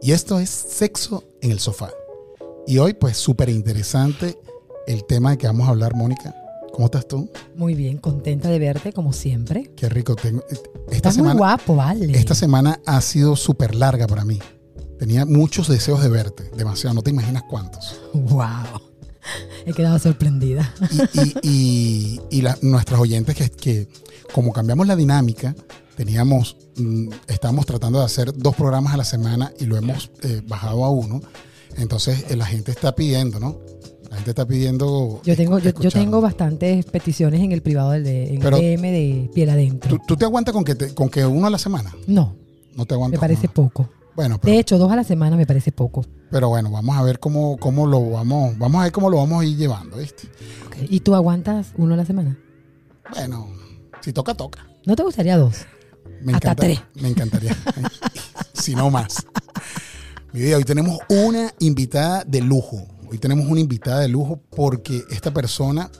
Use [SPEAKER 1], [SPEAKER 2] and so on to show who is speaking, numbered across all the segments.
[SPEAKER 1] Y esto es sexo en el sofá. Y hoy, pues, súper interesante el tema de que vamos a hablar, Mónica. ¿Cómo estás tú?
[SPEAKER 2] Muy bien, contenta de verte como siempre.
[SPEAKER 1] Qué rico. Tengo, eh, esta
[SPEAKER 2] Estás
[SPEAKER 1] semana,
[SPEAKER 2] muy guapo, vale.
[SPEAKER 1] Esta semana ha sido súper larga para mí. Tenía muchos deseos de verte, demasiado, no te imaginas cuántos.
[SPEAKER 2] Wow. He quedado sorprendida.
[SPEAKER 1] Y, y- y- y la- nuestras oyentes que, que como cambiamos la dinámica, teníamos, mm, estábamos tratando de hacer dos programas a la semana y lo hemos eh, bajado a uno. Entonces eh, la gente está pidiendo, ¿no? La gente está pidiendo.
[SPEAKER 2] Yo tengo, yo, yo
[SPEAKER 1] escucharnos.
[SPEAKER 2] tengo bastantes peticiones en el privado del de, en el
[SPEAKER 1] Pero-
[SPEAKER 2] DM de piel adentro.
[SPEAKER 1] ¿Tú, tú te aguantas con que, te- con que uno a la semana?
[SPEAKER 2] no,
[SPEAKER 1] No te aguantas.
[SPEAKER 2] me parece
[SPEAKER 1] con-
[SPEAKER 2] poco.
[SPEAKER 1] Bueno, pero,
[SPEAKER 2] De hecho, dos a la semana me parece poco.
[SPEAKER 1] pero bueno, vamos a ver cómo, cómo lo vamos, vamos a ver cómo lo vamos a ir llevando, ¿viste?
[SPEAKER 2] ¿Y tú aguantas uno a la semana?
[SPEAKER 1] Bueno, si toca, toca.
[SPEAKER 2] ¿No te gustaría dos?
[SPEAKER 1] Me
[SPEAKER 2] Hasta
[SPEAKER 1] encanta-
[SPEAKER 2] tres.
[SPEAKER 1] Me encantaría. si no más. Mi vida, hoy tenemos una invitada de lujo. Hoy tenemos una invitada de lujo porque esta persona,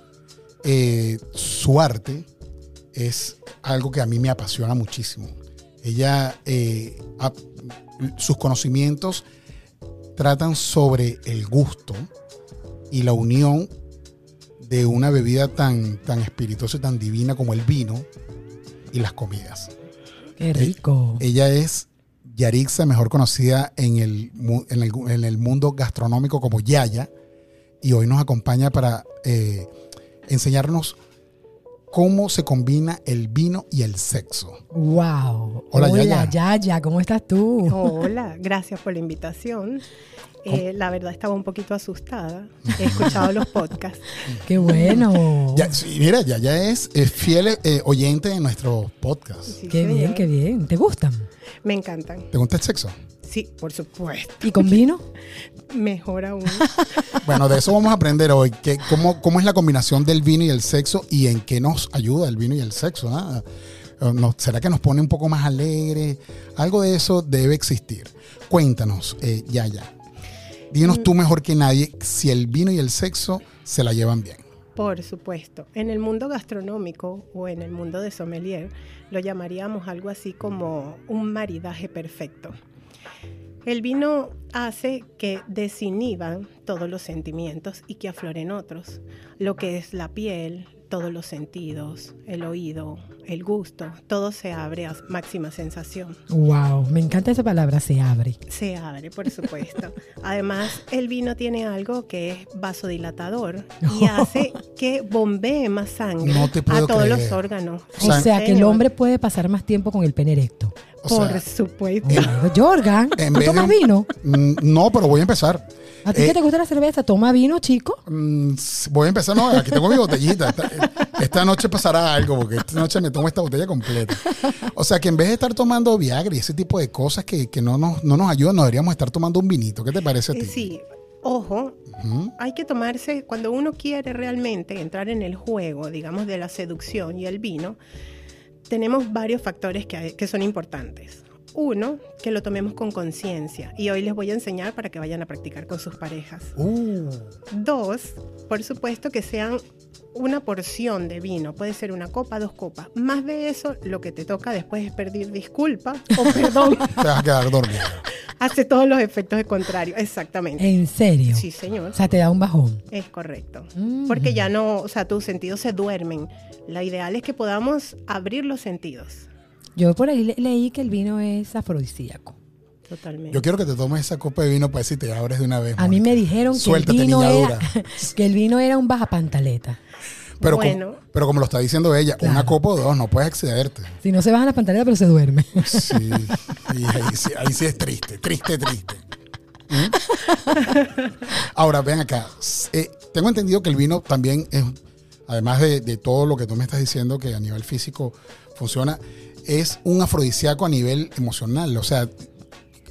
[SPEAKER 1] eh, su arte es algo que a mí me apasiona muchísimo. Ella, eh, ha- sus conocimientos tratan sobre el gusto y la unión de una bebida tan, tan espirituosa y tan divina como el vino y las comidas. Eh,
[SPEAKER 2] Qué rico.
[SPEAKER 1] Ella es Yarixa, mejor conocida en el, mu- en el, en el mundo gastronómico como Yaya, y hoy nos acompaña para eh, enseñarnos cómo se combina el vino y el sexo.
[SPEAKER 2] wow.
[SPEAKER 1] Hola, Yaya.
[SPEAKER 2] Yaya. ¿cómo estás tú?
[SPEAKER 3] Hola, gracias por la invitación. Eh, la verdad estaba un poquito asustada. He escuchado los podcasts.
[SPEAKER 2] Qué bueno.
[SPEAKER 1] Ya- sí, mira, Yaya es, eh, fiel eh, oyente de nuestro podcast.
[SPEAKER 3] Sí,
[SPEAKER 2] qué bien,
[SPEAKER 3] señor.
[SPEAKER 2] qué bien. ¿Te gustan?
[SPEAKER 3] Me encantan.
[SPEAKER 1] ¿Te gusta el sexo?
[SPEAKER 3] Sí, por supuesto.
[SPEAKER 2] ¿Y con vino?
[SPEAKER 3] Mejor aún.
[SPEAKER 1] Bueno, de eso vamos a aprender hoy. que cómo, ¿Cómo es la combinación del vino y el sexo y en qué nos ayuda el vino y el sexo? ah? Eh, no- ¿Será que nos pone un poco más alegres? Algo de eso debe existir. Cuéntanos, eh, Yaya. Dinos tú mejor que nadie si el vino y el sexo se la llevan bien.
[SPEAKER 3] Por supuesto. En el mundo gastronómico o en el mundo de sommelier lo llamaríamos algo así como un maridaje perfecto. El vino hace que desinhiban todos los sentimientos y que afloren otros, lo que es la piel, todos los sentidos, el oído, el gusto, todo se abre a máxima sensación.
[SPEAKER 2] Wow, me encanta esa palabra, se abre.
[SPEAKER 3] Se abre, por supuesto. Además, el vino tiene algo que es vasodilatador y hace que bombee más sangre
[SPEAKER 1] No te puedo
[SPEAKER 3] a todos
[SPEAKER 1] creer.
[SPEAKER 3] los órganos.
[SPEAKER 1] O sea-
[SPEAKER 2] O sea, que el
[SPEAKER 3] Señor.
[SPEAKER 2] hombre puede pasar más tiempo con el pene erecto.
[SPEAKER 1] O
[SPEAKER 3] por
[SPEAKER 1] sea,
[SPEAKER 3] supuesto.
[SPEAKER 2] Oh, Jorgan,
[SPEAKER 1] en
[SPEAKER 2] ¿tú
[SPEAKER 1] vez de
[SPEAKER 2] tomas
[SPEAKER 1] un-
[SPEAKER 2] vino?
[SPEAKER 1] mm, no, pero voy a empezar.
[SPEAKER 2] ¿A ti
[SPEAKER 1] Eh,
[SPEAKER 2] que te gusta la cerveza? ¿Toma vino, chico?
[SPEAKER 1] Mm, s- Voy a empezar, no, aquí tengo mi botellita. Esta, esta noche pasará algo, porque esta noche me tomo esta botella completa. O sea que en vez de estar tomando Viagra y ese tipo de cosas que, que no, nos, no nos ayudan, nos deberíamos estar tomando un vinito. ¿Qué te parece a ti?
[SPEAKER 3] Eh, Sí, ojo,
[SPEAKER 1] Ujú.
[SPEAKER 3] hay que tomarse, cuando uno quiere realmente entrar en el juego, digamos, de la seducción y el vino, tenemos varios factores que, hay- que son importantes. Uno, que lo tomemos con conciencia. Y hoy les voy a enseñar para que vayan a practicar con sus parejas.
[SPEAKER 1] Uh,
[SPEAKER 3] Dos, por supuesto que sean una porción de vino, puede ser una copa, dos copas. Más de eso, lo que te toca después es pedir disculpa o perdón.
[SPEAKER 1] te vas a quedar dormido.
[SPEAKER 3] Hace todos los efectos de contrario, exactamente.
[SPEAKER 2] ¿En serio?
[SPEAKER 3] Sí, señor.
[SPEAKER 2] O sea, te da un bajón.
[SPEAKER 3] Es correcto.
[SPEAKER 2] Mm.
[SPEAKER 3] Porque ya no, o sea, tus sentidos se duermen. La ideal es que podamos abrir los sentidos.
[SPEAKER 2] Yo por ahí le- leí que el vino es afrodisíaco.
[SPEAKER 3] Totalmente.
[SPEAKER 1] Yo quiero que te tomes esa copa de vino para decirte te abres de una vez.
[SPEAKER 2] A mí
[SPEAKER 1] Mónica.
[SPEAKER 2] me dijeron que el,
[SPEAKER 1] Suéltate,
[SPEAKER 2] vino
[SPEAKER 1] niña
[SPEAKER 2] era,
[SPEAKER 1] dura.
[SPEAKER 2] que el vino era un bajapantaleta.
[SPEAKER 1] Pero,
[SPEAKER 3] Bueno.
[SPEAKER 1] como, pero como lo está diciendo ella,
[SPEAKER 2] Claro.
[SPEAKER 1] una copa o dos, no puedes excederte.
[SPEAKER 2] Si no se baja la pantaleta, pero se duerme.
[SPEAKER 1] Sí, y ahí, sí, ahí sí es triste, triste, triste. ¿Mm? Ahora, ven acá. S- eh, tengo entendido que el vino también es, además de, de todo lo que tú me estás diciendo, que a nivel físico funciona, es un afrodisíaco a nivel emocional. O sea,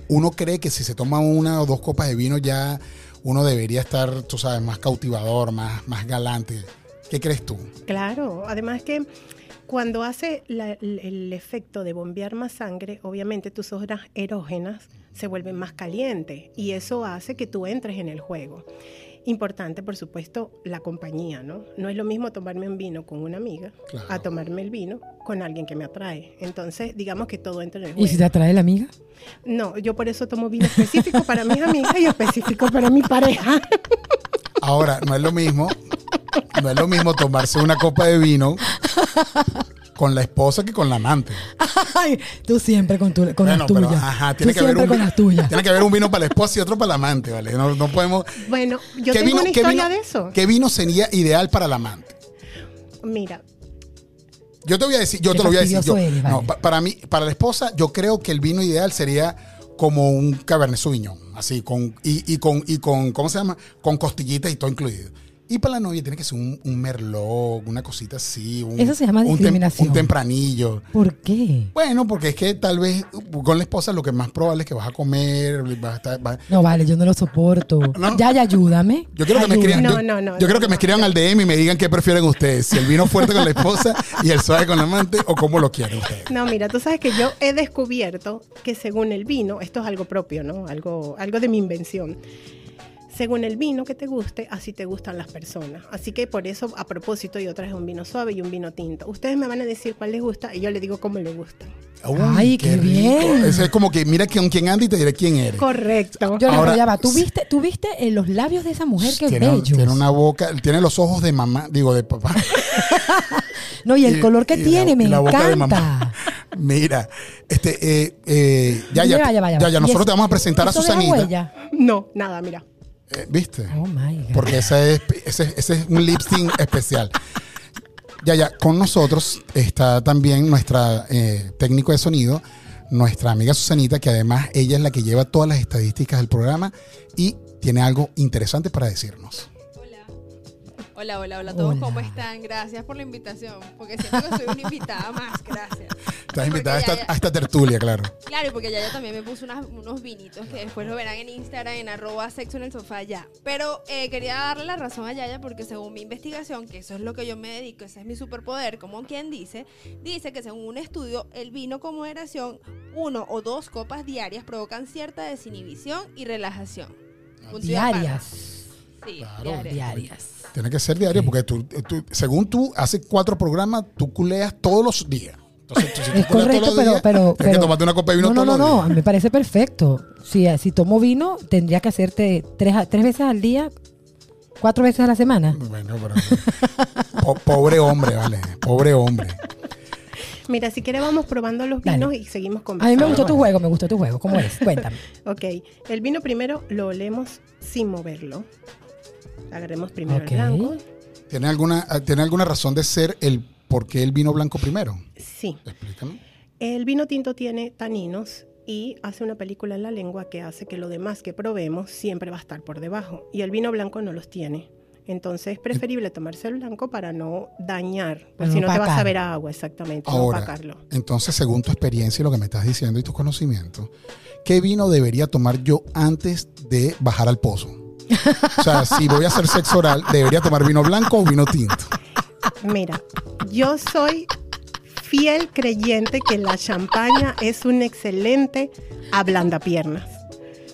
[SPEAKER 1] uno cree que si se toma una o dos copas de vino ya uno debería estar, tú sabes, más cautivador, más, más galante. ¿Qué crees tú?
[SPEAKER 3] Claro, además que cuando hace la- el, el efecto de bombear más sangre, obviamente tus zonas erógenas se vuelven más calientes y eso hace que tú entres en el juego. Importante, por supuesto, la compañía, ¿no? No es lo mismo tomarme un vino con una amiga
[SPEAKER 1] Claro.
[SPEAKER 3] a tomarme el vino con alguien que me atrae. Entonces, digamos que todo entra en el
[SPEAKER 2] ¿Y si
[SPEAKER 3] juego.
[SPEAKER 2] te atrae la amiga?
[SPEAKER 3] No, yo por eso tomo vino específico para mis amigas y específico para mi pareja.
[SPEAKER 1] Ahora, no es lo mismo, no es lo mismo tomarse una copa de vino con la esposa que con la amante.
[SPEAKER 2] Ay, tú siempre con, tu, con
[SPEAKER 1] Bueno,
[SPEAKER 2] las
[SPEAKER 1] pero
[SPEAKER 2] tuyas.
[SPEAKER 1] ajá,
[SPEAKER 2] Tú
[SPEAKER 1] tiene que haber
[SPEAKER 2] siempre
[SPEAKER 1] un
[SPEAKER 2] con
[SPEAKER 1] vino,
[SPEAKER 2] las tuyas.
[SPEAKER 1] tiene que haber un vino para la esposa y otro para la amante, ¿vale? No, no podemos.
[SPEAKER 3] Bueno, yo
[SPEAKER 1] ¿Qué
[SPEAKER 3] tengo
[SPEAKER 1] vino-
[SPEAKER 3] una
[SPEAKER 1] qué
[SPEAKER 3] historia
[SPEAKER 1] vino-
[SPEAKER 3] de eso.
[SPEAKER 1] ¿Qué vino sería ideal para la amante?
[SPEAKER 3] Mira,
[SPEAKER 1] Yo te voy a decir, yo
[SPEAKER 2] Qué
[SPEAKER 1] te lo voy a decir yo.
[SPEAKER 2] fastidioso eres,
[SPEAKER 1] No,
[SPEAKER 2] vale.
[SPEAKER 1] pa- para mí, para la esposa, yo creo que el vino ideal sería como un Cabernet Sauvignon, así con y, y con y con ¿cómo se llama? Con costillitas y todo incluido. Y para la novia tiene que ser un, un merlot, una cosita así, un,
[SPEAKER 2] Eso se llama
[SPEAKER 1] un tem-
[SPEAKER 2] discriminación.
[SPEAKER 1] un tempranillo.
[SPEAKER 2] ¿Por qué?
[SPEAKER 1] Bueno, porque es que tal vez uh, con la esposa lo que más probable es que vas a comer, vas a estar, vas-
[SPEAKER 2] No vale, yo no lo soporto.
[SPEAKER 1] No.
[SPEAKER 2] Ya, ya, ayúdame.
[SPEAKER 1] yo quiero que me escriban,
[SPEAKER 2] Ayúdame.
[SPEAKER 1] yo,
[SPEAKER 3] No, no, no,
[SPEAKER 1] yo quiero que
[SPEAKER 3] no,
[SPEAKER 1] me escriban al DM y me digan qué prefieren ustedes, si el vino fuerte con la esposa y el suave con la amante o cómo lo quieren ustedes.
[SPEAKER 3] No, mira, tú sabes que yo he descubierto que según el vino, esto es algo propio, ¿no? Algo, algo de mi invención. Según el vino que te guste, así te gustan las personas. Así que por eso, a propósito, yo traje un vino suave y un vino tinto. Ustedes me van a decir cuál les gusta y yo les digo cómo les gusta.
[SPEAKER 1] Uy,
[SPEAKER 2] Ay, qué
[SPEAKER 1] rico.
[SPEAKER 2] bien.
[SPEAKER 1] Eso es como que mira con quién anda y te diré quién eres.
[SPEAKER 3] Correcto.
[SPEAKER 2] Yo le
[SPEAKER 1] Ahora-
[SPEAKER 2] apoyaba. ¿Tú viste, tú viste eh, los labios de esa mujer? Qué
[SPEAKER 1] tiene,
[SPEAKER 2] bellos.
[SPEAKER 1] tiene una boca, tiene los ojos de mamá, digo de papá.
[SPEAKER 2] No, y el
[SPEAKER 1] Y-
[SPEAKER 2] color que
[SPEAKER 1] y la-
[SPEAKER 2] tiene,
[SPEAKER 1] y
[SPEAKER 2] me
[SPEAKER 1] la boca de mamá.
[SPEAKER 2] encanta.
[SPEAKER 1] Mira, este, eh, eh, ya, ya,
[SPEAKER 2] Ya va, ya va, ya va.
[SPEAKER 1] ya, ya,
[SPEAKER 2] ¿Y
[SPEAKER 1] nosotros
[SPEAKER 2] eso-
[SPEAKER 1] te vamos a presentar a
[SPEAKER 2] eso deja
[SPEAKER 1] Susanita.
[SPEAKER 2] huella?
[SPEAKER 3] No, nada, mira.
[SPEAKER 1] Eh, ¿Viste?
[SPEAKER 2] Oh my God.
[SPEAKER 1] Porque ese es, ese, ese es un lip sync especial. Ya, ya, con nosotros está también nuestra eh, técnico de sonido, nuestra amiga Susanita, que además ella es la que lleva todas las estadísticas del programa y tiene algo interesante para decirnos.
[SPEAKER 4] Hola. Hola, hola, hola a todos.
[SPEAKER 2] Hola.
[SPEAKER 4] ¿Cómo están? Gracias por la invitación. Porque siento que soy una invitada más. Gracias.
[SPEAKER 1] Estás invitada a
[SPEAKER 4] Porque
[SPEAKER 1] esta,
[SPEAKER 4] ya-
[SPEAKER 1] a esta tertulia, claro.
[SPEAKER 4] Claro, y porque ya yo también me puse unas- unos vinitos que después lo verán en Instagram, en arroba sexo en el sofá ya. Pero eh, quería darle la razón a Yaya porque según mi investigación, que eso es lo que yo me dedico, ese es mi superpoder, como quien dice, dice que según un estudio, el vino con moderación, uno o dos copas diarias provocan cierta desinhibición y relajación. Punto y aparte.
[SPEAKER 2] Diarias.
[SPEAKER 4] Sí,
[SPEAKER 1] Claro,
[SPEAKER 4] diarias.
[SPEAKER 2] Diarias.
[SPEAKER 1] Tiene que ser diario, porque tú, eh, tú- según tú, hace cuatro programas, tú culeas todos los días. Entonces, tú- si tú
[SPEAKER 2] Es
[SPEAKER 1] culeas todos
[SPEAKER 2] correcto,
[SPEAKER 1] los
[SPEAKER 2] pero,
[SPEAKER 1] días,
[SPEAKER 2] pero,
[SPEAKER 1] tienes que
[SPEAKER 2] pero-
[SPEAKER 1] tomarte una copa de vino
[SPEAKER 2] no, no,
[SPEAKER 1] todos
[SPEAKER 2] no,
[SPEAKER 1] los
[SPEAKER 2] no,
[SPEAKER 1] días.
[SPEAKER 2] me parece perfecto. Si, eh, si tomo vino, tendría que hacerte tres, a- tres veces al día, cuatro veces a la semana.
[SPEAKER 1] Bueno, pero. po- pobre hombre, vale. Pobre hombre.
[SPEAKER 3] Mira, si quieres vamos probando los
[SPEAKER 2] Dale.
[SPEAKER 3] vinos y seguimos
[SPEAKER 2] A mí me
[SPEAKER 3] conversando.
[SPEAKER 2] gustó tu juego, me gustó tu juego. ¿Cómo es? Cuéntame.
[SPEAKER 3] Ok, el vino primero lo olemos sin moverlo. Agarremos primero
[SPEAKER 2] Ok.
[SPEAKER 3] el blanco.
[SPEAKER 1] ¿Tiene alguna, ah, ¿Tiene alguna razón de ser el por qué el vino blanco primero?
[SPEAKER 3] Sí.
[SPEAKER 1] Explícame.
[SPEAKER 3] El vino tinto tiene taninos y hace una película en la lengua que hace que lo demás que probemos siempre va a estar por debajo. Y el vino blanco no los tiene. Entonces es preferible tomarse el blanco para no dañar,
[SPEAKER 2] Para
[SPEAKER 3] porque si
[SPEAKER 2] no
[SPEAKER 3] no te va a
[SPEAKER 2] opacar.
[SPEAKER 3] saber a agua, exactamente, no
[SPEAKER 1] Ahora,
[SPEAKER 3] opacarlo.
[SPEAKER 1] entonces, según tu experiencia y lo que me estás diciendo y tus conocimientos, ¿qué vino debería tomar yo antes de bajar al pozo? O sea, si voy a hacer sexo oral, ¿debería tomar vino blanco o vino tinto?
[SPEAKER 3] Mira, yo soy fiel creyente que la champaña es un excelente ablandapiernas.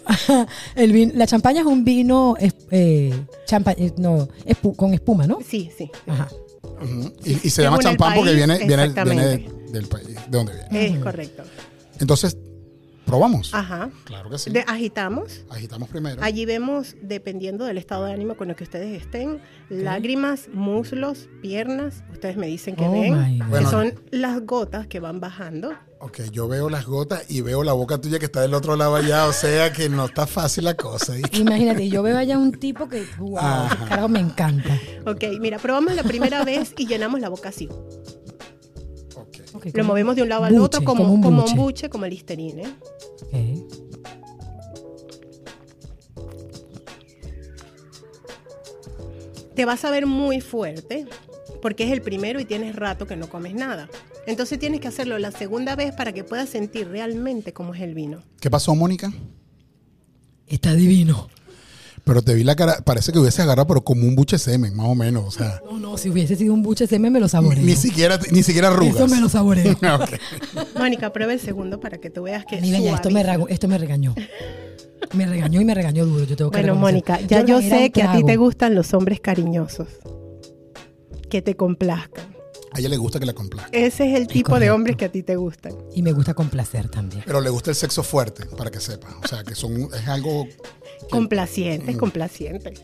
[SPEAKER 2] El vin- la champaña es un vino es- eh, champa- eh, no, espu- con espuma, ¿no?
[SPEAKER 3] Sí, sí.
[SPEAKER 2] Ajá.
[SPEAKER 1] Ujú. Y, y se llama
[SPEAKER 3] Según el
[SPEAKER 1] champán porque
[SPEAKER 3] país,
[SPEAKER 1] viene, viene,
[SPEAKER 3] exactamente.
[SPEAKER 1] viene de- del país, de donde viene.
[SPEAKER 3] Es correcto.
[SPEAKER 1] Entonces, probamos.
[SPEAKER 3] Ajá.
[SPEAKER 1] Claro que sí.
[SPEAKER 3] Le agitamos.
[SPEAKER 1] Agitamos primero.
[SPEAKER 3] Allí vemos, dependiendo del estado de ánimo con el que ustedes estén, lágrimas, muslos, piernas. Ustedes me dicen que
[SPEAKER 2] Oh my
[SPEAKER 3] ven,
[SPEAKER 2] God.
[SPEAKER 3] que
[SPEAKER 1] Bueno.
[SPEAKER 3] son las gotas que van bajando.
[SPEAKER 1] Ok, yo veo las gotas y veo la boca tuya que está del otro lado allá, o sea que no está fácil la cosa. Y-
[SPEAKER 2] Imagínate, yo veo allá un tipo que, wow,
[SPEAKER 1] Ajá.
[SPEAKER 2] carajo, me encanta.
[SPEAKER 3] Ok, mira, probamos la primera vez y llenamos la boca así.
[SPEAKER 1] ok.
[SPEAKER 2] Ok,
[SPEAKER 3] Lo
[SPEAKER 2] como-
[SPEAKER 3] movemos de un lado al
[SPEAKER 2] buche,
[SPEAKER 3] otro como, como un, buche. como el listerine.
[SPEAKER 2] Ok.
[SPEAKER 3] Te vas a ver muy fuerte porque es el primero y tienes rato que no comes nada. Entonces tienes que hacerlo la segunda vez para que puedas sentir realmente cómo es el vino.
[SPEAKER 1] ¿Qué pasó, Mónica?
[SPEAKER 2] Está divino.
[SPEAKER 1] Pero te vi la cara, parece que hubiese agarrado, pero como un buche semen, más o menos. O sea,
[SPEAKER 2] No, no, si hubiese sido un buche semen me lo saboreo.
[SPEAKER 1] ni siquiera, ni siquiera arrugas.
[SPEAKER 2] Ah, Eso me lo saboreo.
[SPEAKER 1] Ok.
[SPEAKER 3] Mónica, prueba el segundo para que tú veas que
[SPEAKER 2] Mira, ya, esto me,
[SPEAKER 3] suaviza.
[SPEAKER 2] rago- esto me regañó. Me regañó y me regañó duro. Yo tengo que
[SPEAKER 3] Bueno,
[SPEAKER 2] reconocer.
[SPEAKER 3] Mónica, ya
[SPEAKER 2] no
[SPEAKER 3] yo,
[SPEAKER 2] era
[SPEAKER 3] sé
[SPEAKER 2] un
[SPEAKER 3] que a ti
[SPEAKER 2] trago.
[SPEAKER 3] te gustan los hombres cariñosos, que te complazcan.
[SPEAKER 1] A ella le gusta que la complazca.
[SPEAKER 3] Ese es el tipo de
[SPEAKER 2] correcto.
[SPEAKER 3] hombres que a ti te gustan.
[SPEAKER 2] Y me gusta complacer también.
[SPEAKER 1] Pero le gusta el sexo fuerte, para que sepas. O sea, que son, es algo
[SPEAKER 3] Complacientes,
[SPEAKER 2] Mm.
[SPEAKER 3] complacientes.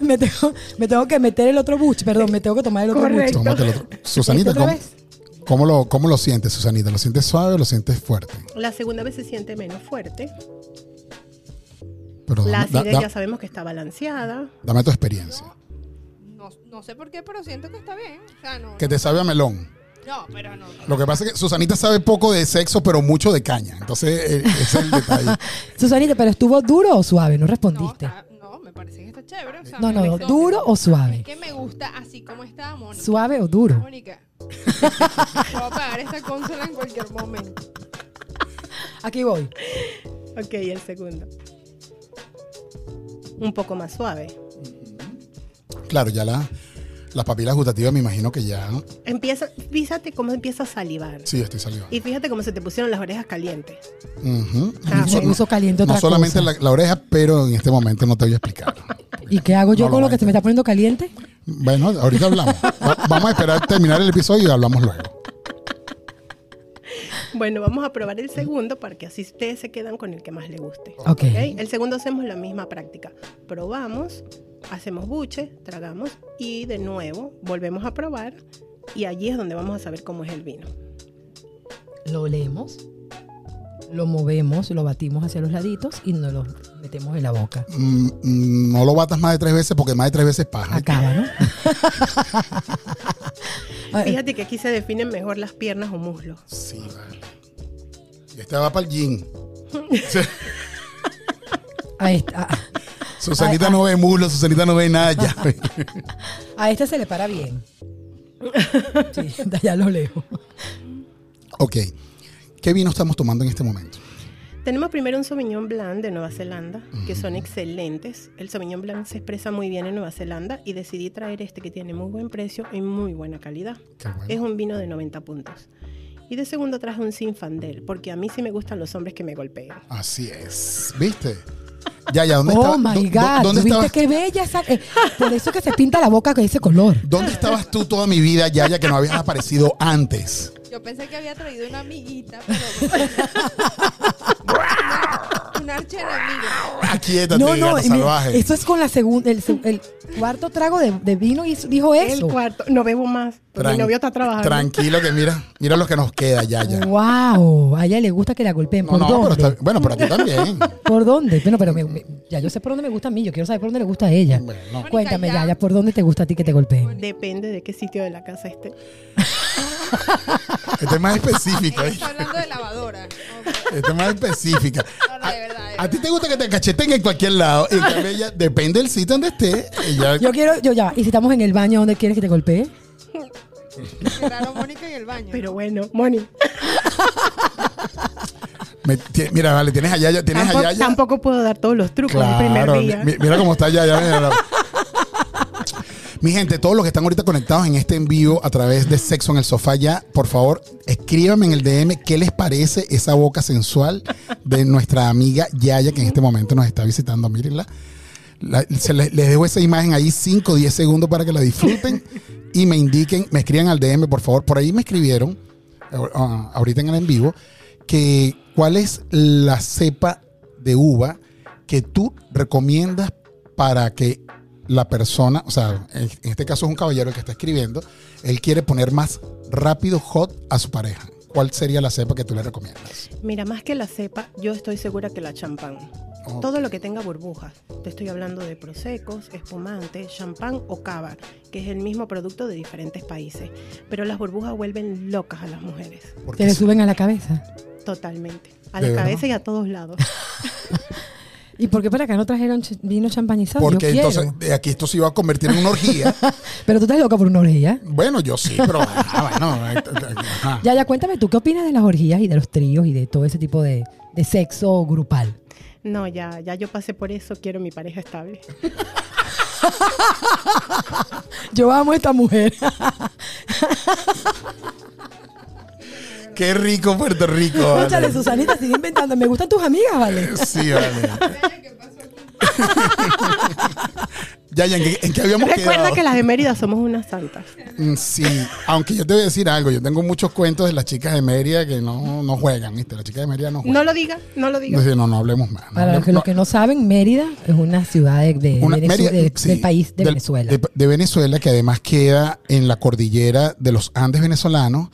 [SPEAKER 2] Me tengo, me tengo que meter el otro buche, perdón, me tengo que tomar el otro buche.
[SPEAKER 3] Correcto.
[SPEAKER 1] Tómatelo. Susanita,
[SPEAKER 2] ¿Otra
[SPEAKER 1] ¿cómo,
[SPEAKER 2] vez?
[SPEAKER 1] cómo lo, ¿cómo lo sientes, Susanita? ¿Lo sientes suave o lo sientes fuerte?
[SPEAKER 3] La segunda vez se siente menos fuerte.
[SPEAKER 2] Ah,
[SPEAKER 1] Pero
[SPEAKER 3] La
[SPEAKER 1] dame, da-
[SPEAKER 3] acidez
[SPEAKER 1] da-
[SPEAKER 3] ya sabemos que está balanceada.
[SPEAKER 1] dame tu experiencia.
[SPEAKER 4] No, no sé por qué, pero siento que está bien. O sea, no.
[SPEAKER 1] Que te sabe a melón.
[SPEAKER 4] No, pero no.
[SPEAKER 1] Lo que pasa es que Susanita sabe poco de sexo, pero mucho de caña. Entonces, eh, ese es el detalle.
[SPEAKER 2] Susanita, ¿pero estuvo duro o suave? No
[SPEAKER 4] No,
[SPEAKER 2] respondiste.
[SPEAKER 4] está- no, me parece que está chévere. o sea,
[SPEAKER 2] No,
[SPEAKER 4] me
[SPEAKER 2] no,
[SPEAKER 4] gustó.
[SPEAKER 2] duro o
[SPEAKER 4] Es
[SPEAKER 2] suave.
[SPEAKER 4] que me gusta así como está, Mónica.
[SPEAKER 2] Suave o duro.
[SPEAKER 4] Mónica. Voy a apagar esta consola en cualquier momento.
[SPEAKER 2] Aquí voy.
[SPEAKER 3] Ok, el segundo. Un poco más suave.
[SPEAKER 1] Claro, ya la, las papilas gustativas me imagino que ya...
[SPEAKER 3] Empieza, fíjate cómo empieza a salivar.
[SPEAKER 1] Sí, estoy saliendo.
[SPEAKER 3] Y fíjate cómo se te pusieron las orejas calientes.
[SPEAKER 1] Ujú.
[SPEAKER 3] Ah,
[SPEAKER 2] Se
[SPEAKER 3] bueno.
[SPEAKER 2] puso caliente otra
[SPEAKER 1] No solamente
[SPEAKER 2] cosa.
[SPEAKER 1] la, la oreja, pero en este momento no te voy a explicar.
[SPEAKER 2] ¿Y qué hago yo
[SPEAKER 1] No lo
[SPEAKER 2] con lo
[SPEAKER 1] vas a
[SPEAKER 2] que se me está poniendo caliente?
[SPEAKER 1] Bueno, ahorita hablamos. Va- vamos a esperar terminar el episodio y hablamos luego.
[SPEAKER 3] Bueno, vamos a probar el segundo para que así ustedes se quedan con el que más les guste.
[SPEAKER 2] Ok.
[SPEAKER 3] ¿Ok? El segundo hacemos la misma práctica. Probamos, hacemos buche, tragamos y de nuevo volvemos a probar y allí es donde vamos a saber cómo es el vino.
[SPEAKER 2] Lo olemos, lo movemos, lo batimos hacia los laditos y nos lo metemos en la boca.
[SPEAKER 1] Mm, mm, no lo batas más de tres veces porque más de tres veces paja.
[SPEAKER 2] Acaba, ¿no? Ah,
[SPEAKER 3] Fíjate que aquí se definen mejor las piernas o muslos.
[SPEAKER 1] Sí, vale. Y esta va para el gym.
[SPEAKER 2] A esta, a-
[SPEAKER 1] Susanita no ve muslos, Susanita no ve nada ya.
[SPEAKER 2] a esta se le para bien. Sí, ya lo leo.
[SPEAKER 1] ok. ¿Qué vino estamos tomando en este momento?
[SPEAKER 3] Tenemos primero un Sauvignon Blanc de Nueva Zelanda, que son excelentes. El Sauvignon Blanc se expresa muy bien en Nueva Zelanda y decidí traer este que tiene muy buen precio y muy buena calidad.
[SPEAKER 1] Qué bueno.
[SPEAKER 3] Es un vino de 90 puntos. Y de segundo traje un Sinfandel, porque a mí sí me gustan los hombres que me golpean.
[SPEAKER 1] Así es. ¿Viste? Ya, ya, ¿dónde
[SPEAKER 2] oh
[SPEAKER 1] estaba-
[SPEAKER 2] my
[SPEAKER 1] dó- dó-
[SPEAKER 2] God,
[SPEAKER 1] ¿Dónde
[SPEAKER 2] ¿tú viste
[SPEAKER 1] estabas?
[SPEAKER 2] qué bella esa? eh, por eso que se pinta la boca con ese color.
[SPEAKER 1] ¿Dónde estabas tú toda mi vida, Yaya, que no habías aparecido antes?
[SPEAKER 4] Yo pensé que había traído una amiguita, pero. una archienemiga.
[SPEAKER 1] Aquíétate, gata
[SPEAKER 2] mira,
[SPEAKER 1] salvaje.
[SPEAKER 2] eso es con la segunda, el, se- el cuarto trago de, de vino y eso- dijo
[SPEAKER 3] El
[SPEAKER 2] eso.
[SPEAKER 3] cuarto, no bebo más, porque
[SPEAKER 1] Tran-
[SPEAKER 3] mi novio está trabajando.
[SPEAKER 1] Tranquilo, que mira, mira lo que nos queda, Yaya.
[SPEAKER 2] Wow, a ella le gusta que la golpeen.
[SPEAKER 1] No,
[SPEAKER 2] ¿Por
[SPEAKER 1] no, pero
[SPEAKER 2] dónde?
[SPEAKER 1] está- bueno, pero a ti también.
[SPEAKER 2] ¿Por dónde? Bueno, pero me- me- ya yo sé por dónde me gusta a mí, yo quiero saber por dónde le gusta a ella.
[SPEAKER 1] Bueno,
[SPEAKER 2] Cuéntame,
[SPEAKER 4] ya.
[SPEAKER 2] ya, ya, ¿por dónde te gusta a ti que te golpeen?
[SPEAKER 3] Depende de qué sitio de la casa esté.
[SPEAKER 1] este es más específico.
[SPEAKER 4] Ella
[SPEAKER 1] ¿eh?
[SPEAKER 4] está hablando de lavadora. Ok.
[SPEAKER 1] Esta es más específica.
[SPEAKER 4] No, no,
[SPEAKER 1] A,
[SPEAKER 4] de verdad, de
[SPEAKER 1] a ti
[SPEAKER 4] verdad.
[SPEAKER 1] te gusta que te cacheten en cualquier lado. En cambio, ella, depende del sitio donde esté. Ella,
[SPEAKER 2] Yo quiero, yo ya, y si estamos en el baño, ¿dónde quieres que te golpee?
[SPEAKER 4] Qué raro, Mónica en el baño.
[SPEAKER 3] Pero bueno, Moni,
[SPEAKER 1] me- ti- mira, vale, tienes a Yaya. Tienes a
[SPEAKER 3] tampoco,
[SPEAKER 1] Yaya.
[SPEAKER 3] tampoco puedo dar todos los trucos el
[SPEAKER 1] Claro,
[SPEAKER 3] primer
[SPEAKER 1] mi-
[SPEAKER 3] día.
[SPEAKER 1] mi- mira cómo está ya. ya, mira, la- Mi gente, todos los que están ahorita conectados en este envío a través de Sexo en el Sofá ya, por favor, escríbanme en el DM qué les parece esa boca sensual de nuestra amiga Yaya, que en este momento nos está visitando. Mírenla. La- se les, les dejo esa imagen ahí 5 o 10 segundos para que la disfruten y me indiquen, me escriban al DM, por favor. Por ahí me escribieron, ahor- ah, ahorita en el en vivo, que cuál es la cepa de uva que tú recomiendas para que la persona, o sea, en en este caso es un caballero el que está escribiendo, él quiere poner más rápido hot a su pareja. ¿Cuál sería la cepa que tú le recomiendas?
[SPEAKER 3] Mira, más que la cepa, yo estoy segura que la champán.
[SPEAKER 1] Ok.
[SPEAKER 3] Todo lo que tenga burbujas. Te estoy hablando de prosecos, espumante, champán o cava, que es el mismo producto de diferentes países. Pero las burbujas vuelven locas a las mujeres,
[SPEAKER 2] Te
[SPEAKER 1] Porque
[SPEAKER 2] le
[SPEAKER 1] sí,
[SPEAKER 2] suben a la cabeza.
[SPEAKER 3] totalmente. A
[SPEAKER 1] ¿De
[SPEAKER 3] la
[SPEAKER 1] verdad?
[SPEAKER 3] cabeza y a todos lados.
[SPEAKER 2] ¿Y por qué para acá no trajeron ch- vino champañizado?
[SPEAKER 1] porque
[SPEAKER 2] yo quiero.
[SPEAKER 1] entonces de aquí esto se iba a convertir en una orgía.
[SPEAKER 2] Pero tú estás loca por una orgía.
[SPEAKER 1] Bueno, yo sí, pero ah, bueno, ajá.
[SPEAKER 2] Ya, ya, cuéntame tú, ¿qué opinas de las orgías y de los tríos y de todo ese tipo de, de sexo grupal?
[SPEAKER 3] No, ya, ya yo pasé por eso, quiero mi pareja estable.
[SPEAKER 2] Yo amo a esta mujer.
[SPEAKER 1] Qué rico Puerto Rico. vale.
[SPEAKER 2] Escúchale, Susanita, sigue inventando. Me gustan tus amigas, ¿vale?
[SPEAKER 1] Sí, vale.
[SPEAKER 4] ¿Qué pasó aquí?
[SPEAKER 1] Ya, ya, ¿en qué, en qué habíamos
[SPEAKER 3] Recuerda
[SPEAKER 1] quedado?
[SPEAKER 3] que las de Mérida somos unas santas.
[SPEAKER 1] Mm, Sí, aunque yo te voy a decir algo. Yo tengo muchos cuentos de las chicas de Mérida que no, no juegan, ¿viste? Las chicas de Mérida no
[SPEAKER 3] No
[SPEAKER 1] juegan.
[SPEAKER 3] lo diga, no lo diga.
[SPEAKER 1] Entonces, no, no hablemos más. no
[SPEAKER 2] Para los
[SPEAKER 1] hablemos-
[SPEAKER 2] que, los
[SPEAKER 1] no.
[SPEAKER 2] que no saben, Mérida es una ciudad de, de
[SPEAKER 1] Una-
[SPEAKER 2] Venezu-
[SPEAKER 1] Mérida,
[SPEAKER 2] de-
[SPEAKER 1] sí,
[SPEAKER 2] del país de
[SPEAKER 1] del-
[SPEAKER 2] Venezuela.
[SPEAKER 1] De, de Venezuela, que además queda en la cordillera de los Andes venezolanos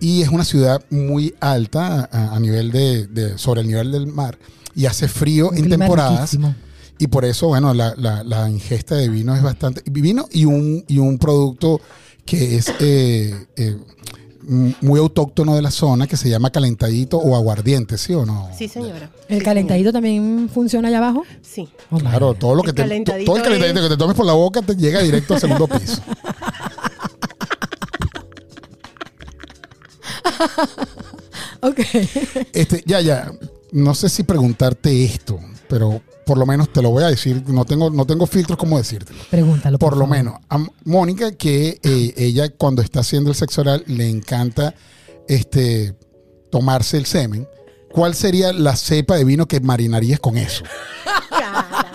[SPEAKER 1] y es una ciudad muy alta a, a nivel de, de- sobre el nivel del mar y hace frío
[SPEAKER 2] Un
[SPEAKER 1] en
[SPEAKER 2] clima
[SPEAKER 1] temporadas
[SPEAKER 2] riquísimo.
[SPEAKER 1] y por eso, bueno, la, la- la ingesta de vino es bastante vino y un y un producto que es eh, eh, m- muy autóctono de la zona que se llama calentadito o aguardiente, ¿sí o no?
[SPEAKER 3] Sí, señora.
[SPEAKER 2] ¿El
[SPEAKER 3] Sí,
[SPEAKER 2] calentadito también funciona allá abajo?
[SPEAKER 3] señora. Sí.
[SPEAKER 2] Oh,
[SPEAKER 1] Claro,
[SPEAKER 2] vaya.
[SPEAKER 1] todo lo que
[SPEAKER 3] El
[SPEAKER 1] te,
[SPEAKER 3] calentadito
[SPEAKER 1] todo el calentadito
[SPEAKER 3] es-
[SPEAKER 1] que te tomes por la boca te llega directo al segundo piso.
[SPEAKER 2] Ok.
[SPEAKER 1] Este, ya, ya. No sé si preguntarte esto, pero por lo menos te lo voy a decir. No tengo, no tengo filtros como decírtelo.
[SPEAKER 2] Pregúntalo.
[SPEAKER 1] Por lo
[SPEAKER 2] favor.
[SPEAKER 1] menos. A M- Mónica, que eh, ella cuando está haciendo el sexo oral le encanta este, tomarse el semen. ¿Cuál sería la cepa de vino que marinarías con eso?
[SPEAKER 3] Carajo.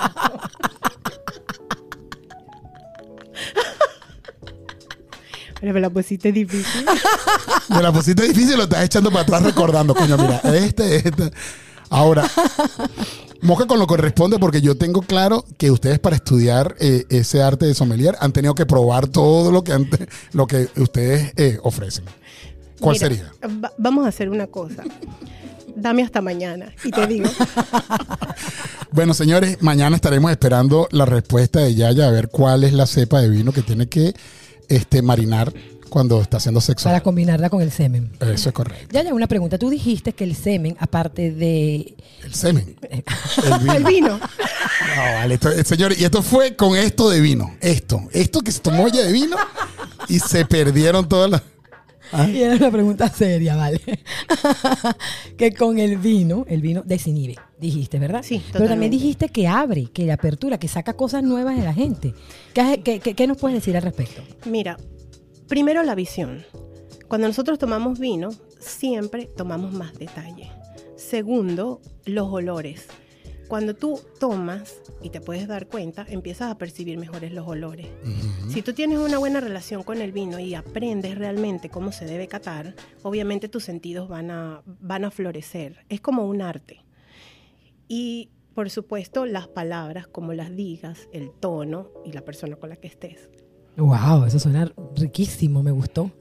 [SPEAKER 3] Pero me la pusiste difícil.
[SPEAKER 1] Ah, Me la pusiste difícil, lo estás echando para atrás recordando, coño, mira, este, este. Ahora, mosca con lo que corresponde, porque yo tengo claro que ustedes para estudiar eh, ese arte de sommelier han tenido que probar todo lo que, ante- lo que ustedes eh, ofrecen. ¿Cuál
[SPEAKER 3] Mira,
[SPEAKER 1] sería?
[SPEAKER 3] va- vamos a hacer una cosa. Dame hasta mañana y te digo.
[SPEAKER 1] Bueno, señores, mañana estaremos esperando la respuesta de Yaya a ver cuál es la cepa de vino que tiene que este, marinar cuando está haciendo sexo.
[SPEAKER 2] Para combinarla con el semen.
[SPEAKER 1] Eso es correcto.
[SPEAKER 2] Ya, ya, una pregunta. Tú dijiste que el semen, aparte de...
[SPEAKER 1] El semen.
[SPEAKER 2] eh,
[SPEAKER 1] El vino.
[SPEAKER 3] El vino.
[SPEAKER 1] No, vale, esto- eh, señores, y esto fue con esto de vino. Esto, esto que se tomó ella de vino y se perdieron todas las.
[SPEAKER 2] y era una pregunta seria, ¿vale? que con el vino, el vino desinhibe, dijiste, ¿verdad?
[SPEAKER 3] Sí,
[SPEAKER 2] Pero también
[SPEAKER 3] totalmente.
[SPEAKER 2] dijiste que abre, que la apertura, que saca cosas nuevas de la gente. ¿Qué, has- qué- qué- qué nos puedes decir al respecto?
[SPEAKER 3] Mira, primero la visión. Cuando nosotros tomamos vino, siempre tomamos más detalle. Segundo, los olores. Cuando tú tomas y te puedes dar cuenta, empiezas a percibir mejores los olores. Si tú tienes una buena relación con el vino y aprendes realmente cómo se debe catar, obviamente tus sentidos van a, van a florecer. Es como un arte. Y por supuesto, las palabras, como las digas, el tono y la persona con la que estés.
[SPEAKER 2] Wow, eso suena riquísimo, me gustó.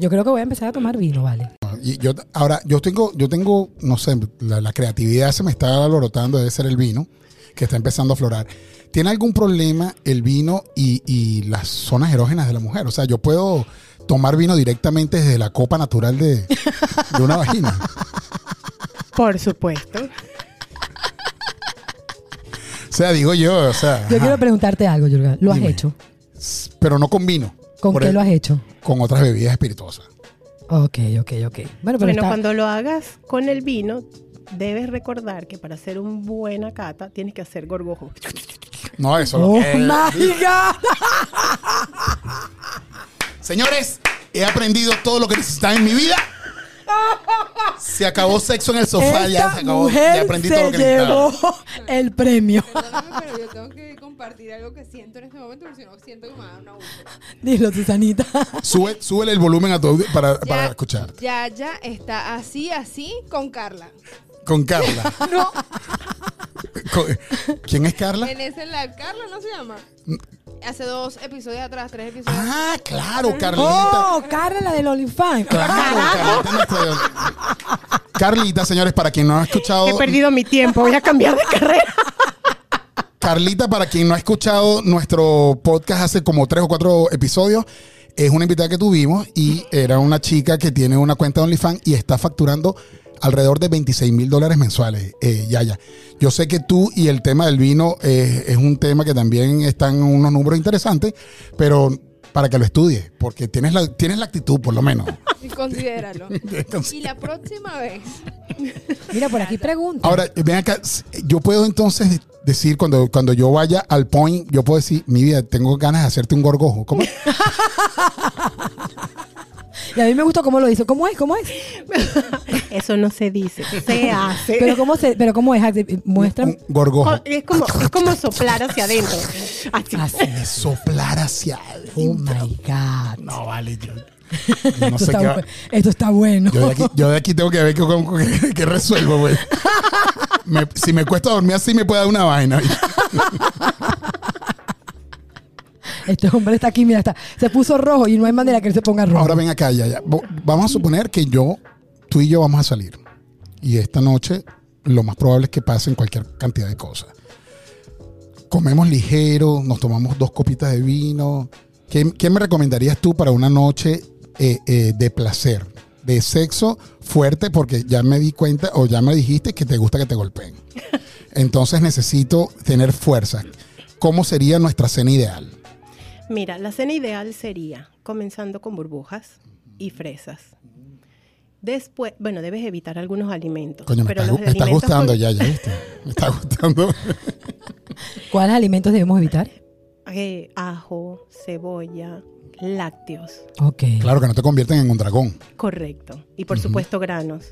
[SPEAKER 2] Yo creo que voy a empezar a tomar vino, ¿vale?
[SPEAKER 1] Y yo, ahora, yo tengo, yo tengo, no sé, la, la creatividad se me está alborotando, debe ser el vino, que está empezando a aflorar. ¿Tiene algún problema el vino y, y las zonas erógenas de la mujer? O sea, yo puedo tomar vino directamente desde la copa natural de, de una vagina.
[SPEAKER 3] Por supuesto.
[SPEAKER 1] O sea, digo yo, o sea.
[SPEAKER 2] Yo
[SPEAKER 1] ajá.
[SPEAKER 2] quiero preguntarte algo, Yurga. ¿Lo has
[SPEAKER 1] Dime.
[SPEAKER 2] hecho?
[SPEAKER 1] Pero no con vino.
[SPEAKER 2] ¿Con
[SPEAKER 1] Por
[SPEAKER 2] qué
[SPEAKER 1] el-
[SPEAKER 2] lo has hecho?
[SPEAKER 1] Con otras bebidas espirituosas.
[SPEAKER 2] Ok, ok, ok. Bueno, pero
[SPEAKER 3] bueno,
[SPEAKER 2] está-
[SPEAKER 3] cuando lo hagas con el vino, debes recordar que para hacer una buena cata tienes que hacer gorgojo.
[SPEAKER 1] No, eso.
[SPEAKER 2] ¡Oh,
[SPEAKER 1] eh,
[SPEAKER 2] my God!
[SPEAKER 1] Señores, he aprendido todo lo que necesitaba en mi vida. Se acabó sexo en el sofá, ya
[SPEAKER 2] Esta
[SPEAKER 1] se acabó.
[SPEAKER 2] mujer
[SPEAKER 1] Ya aprendí
[SPEAKER 2] se
[SPEAKER 1] todo lo que
[SPEAKER 2] llevó
[SPEAKER 1] necesitaba.
[SPEAKER 2] el premio.
[SPEAKER 4] Perdóname, pero yo tengo que compartir algo que siento en este momento, porque si no siento que me va a dar una úlcera.
[SPEAKER 2] Dilo, Susanita.
[SPEAKER 1] Sube, súbele el volumen a tu audio para, Ah, para
[SPEAKER 4] Ya-
[SPEAKER 1] escuchar.
[SPEAKER 4] Yaya está así, así con Carla.
[SPEAKER 1] Con Carla.
[SPEAKER 4] No,
[SPEAKER 1] Con- ¿Quién es Carla?
[SPEAKER 4] en ese live, Carla no se llama. Hace dos episodios atrás, tres episodios.
[SPEAKER 1] Mm. Ah, claro, Carlita.
[SPEAKER 2] ¡Oh, Carla, la del OnlyFans!
[SPEAKER 1] Claro, Carlita, nuestra- Carlita, señores, para quien no ha escuchado
[SPEAKER 3] He perdido mi tiempo, voy a cambiar de carrera.
[SPEAKER 1] Carlita, para quien no ha escuchado nuestro podcast hace como tres o cuatro episodios, es una invitada que tuvimos y era una chica que tiene una cuenta de OnlyFans y está facturando alrededor de 26 mil dólares mensuales, eh, Yaya. Yo sé que tú y el tema del vino eh, es un tema que también están en unos números interesantes, pero para que lo estudies, porque tienes la, tienes la actitud, por lo menos.
[SPEAKER 4] Y Considéralo.
[SPEAKER 1] Entonces-
[SPEAKER 4] Y la próxima vez.
[SPEAKER 2] Mira, por aquí pregunta.
[SPEAKER 1] Ahora, ven acá, s- yo puedo entonces decir, cuando, cuando yo vaya al point, yo puedo decir, mi vida, tengo ganas de hacerte un gorgojo. ¿Cómo?
[SPEAKER 2] Y a mí me gustó cómo lo hizo. ¿Cómo es? ¿Cómo es?
[SPEAKER 3] Eso no se dice, se hace.
[SPEAKER 2] Pero cómo, se, pero cómo es. Muestra.
[SPEAKER 1] Un gorgojo.
[SPEAKER 3] Co- es, como, es como soplar hacia adentro. Así.
[SPEAKER 2] Así.
[SPEAKER 1] Le soplar hacia
[SPEAKER 2] Oh
[SPEAKER 1] adentro.
[SPEAKER 2] my God.
[SPEAKER 1] No, vale, yo. yo no
[SPEAKER 2] esto,
[SPEAKER 1] sé
[SPEAKER 2] está
[SPEAKER 1] qué. va-
[SPEAKER 2] bu- esto está bueno.
[SPEAKER 1] Yo de aquí, yo de aquí tengo que ver qué qué- qué resuelvo, güey. Me- si me cuesta dormir así, me puede dar una vaina.
[SPEAKER 2] Este hombre está aquí, mira, está. Se puso rojo y no hay manera que él se ponga rojo.
[SPEAKER 1] Ahora ven acá, ya, ya. Vo- Vamos a suponer que yo, tú y yo vamos a salir. Y esta noche lo más probable es que pasen cualquier cantidad de cosas. Comemos ligero, nos tomamos dos copitas de vino. ¿Qué, qué me recomendarías tú para una noche eh, eh, de placer? De sexo fuerte, porque ya me di cuenta o ya me dijiste que te gusta que te golpeen. Entonces necesito tener fuerza. ¿Cómo sería nuestra cena ideal?
[SPEAKER 3] Mira, la cena ideal sería comenzando con burbujas y fresas. Después, bueno, debes evitar algunos alimentos.
[SPEAKER 1] Coño, me,
[SPEAKER 3] pero
[SPEAKER 1] está,
[SPEAKER 3] los
[SPEAKER 1] gu- me está
[SPEAKER 3] alimentos
[SPEAKER 1] gustando
[SPEAKER 3] con-
[SPEAKER 1] ya, ya, ¿viste? Me está gustando.
[SPEAKER 2] ¿Cuáles alimentos debemos evitar?
[SPEAKER 3] eh, ajo, cebolla, lácteos.
[SPEAKER 2] Ok.
[SPEAKER 1] Claro, que no te convierten en un dragón.
[SPEAKER 3] Correcto. Y por supuesto, granos.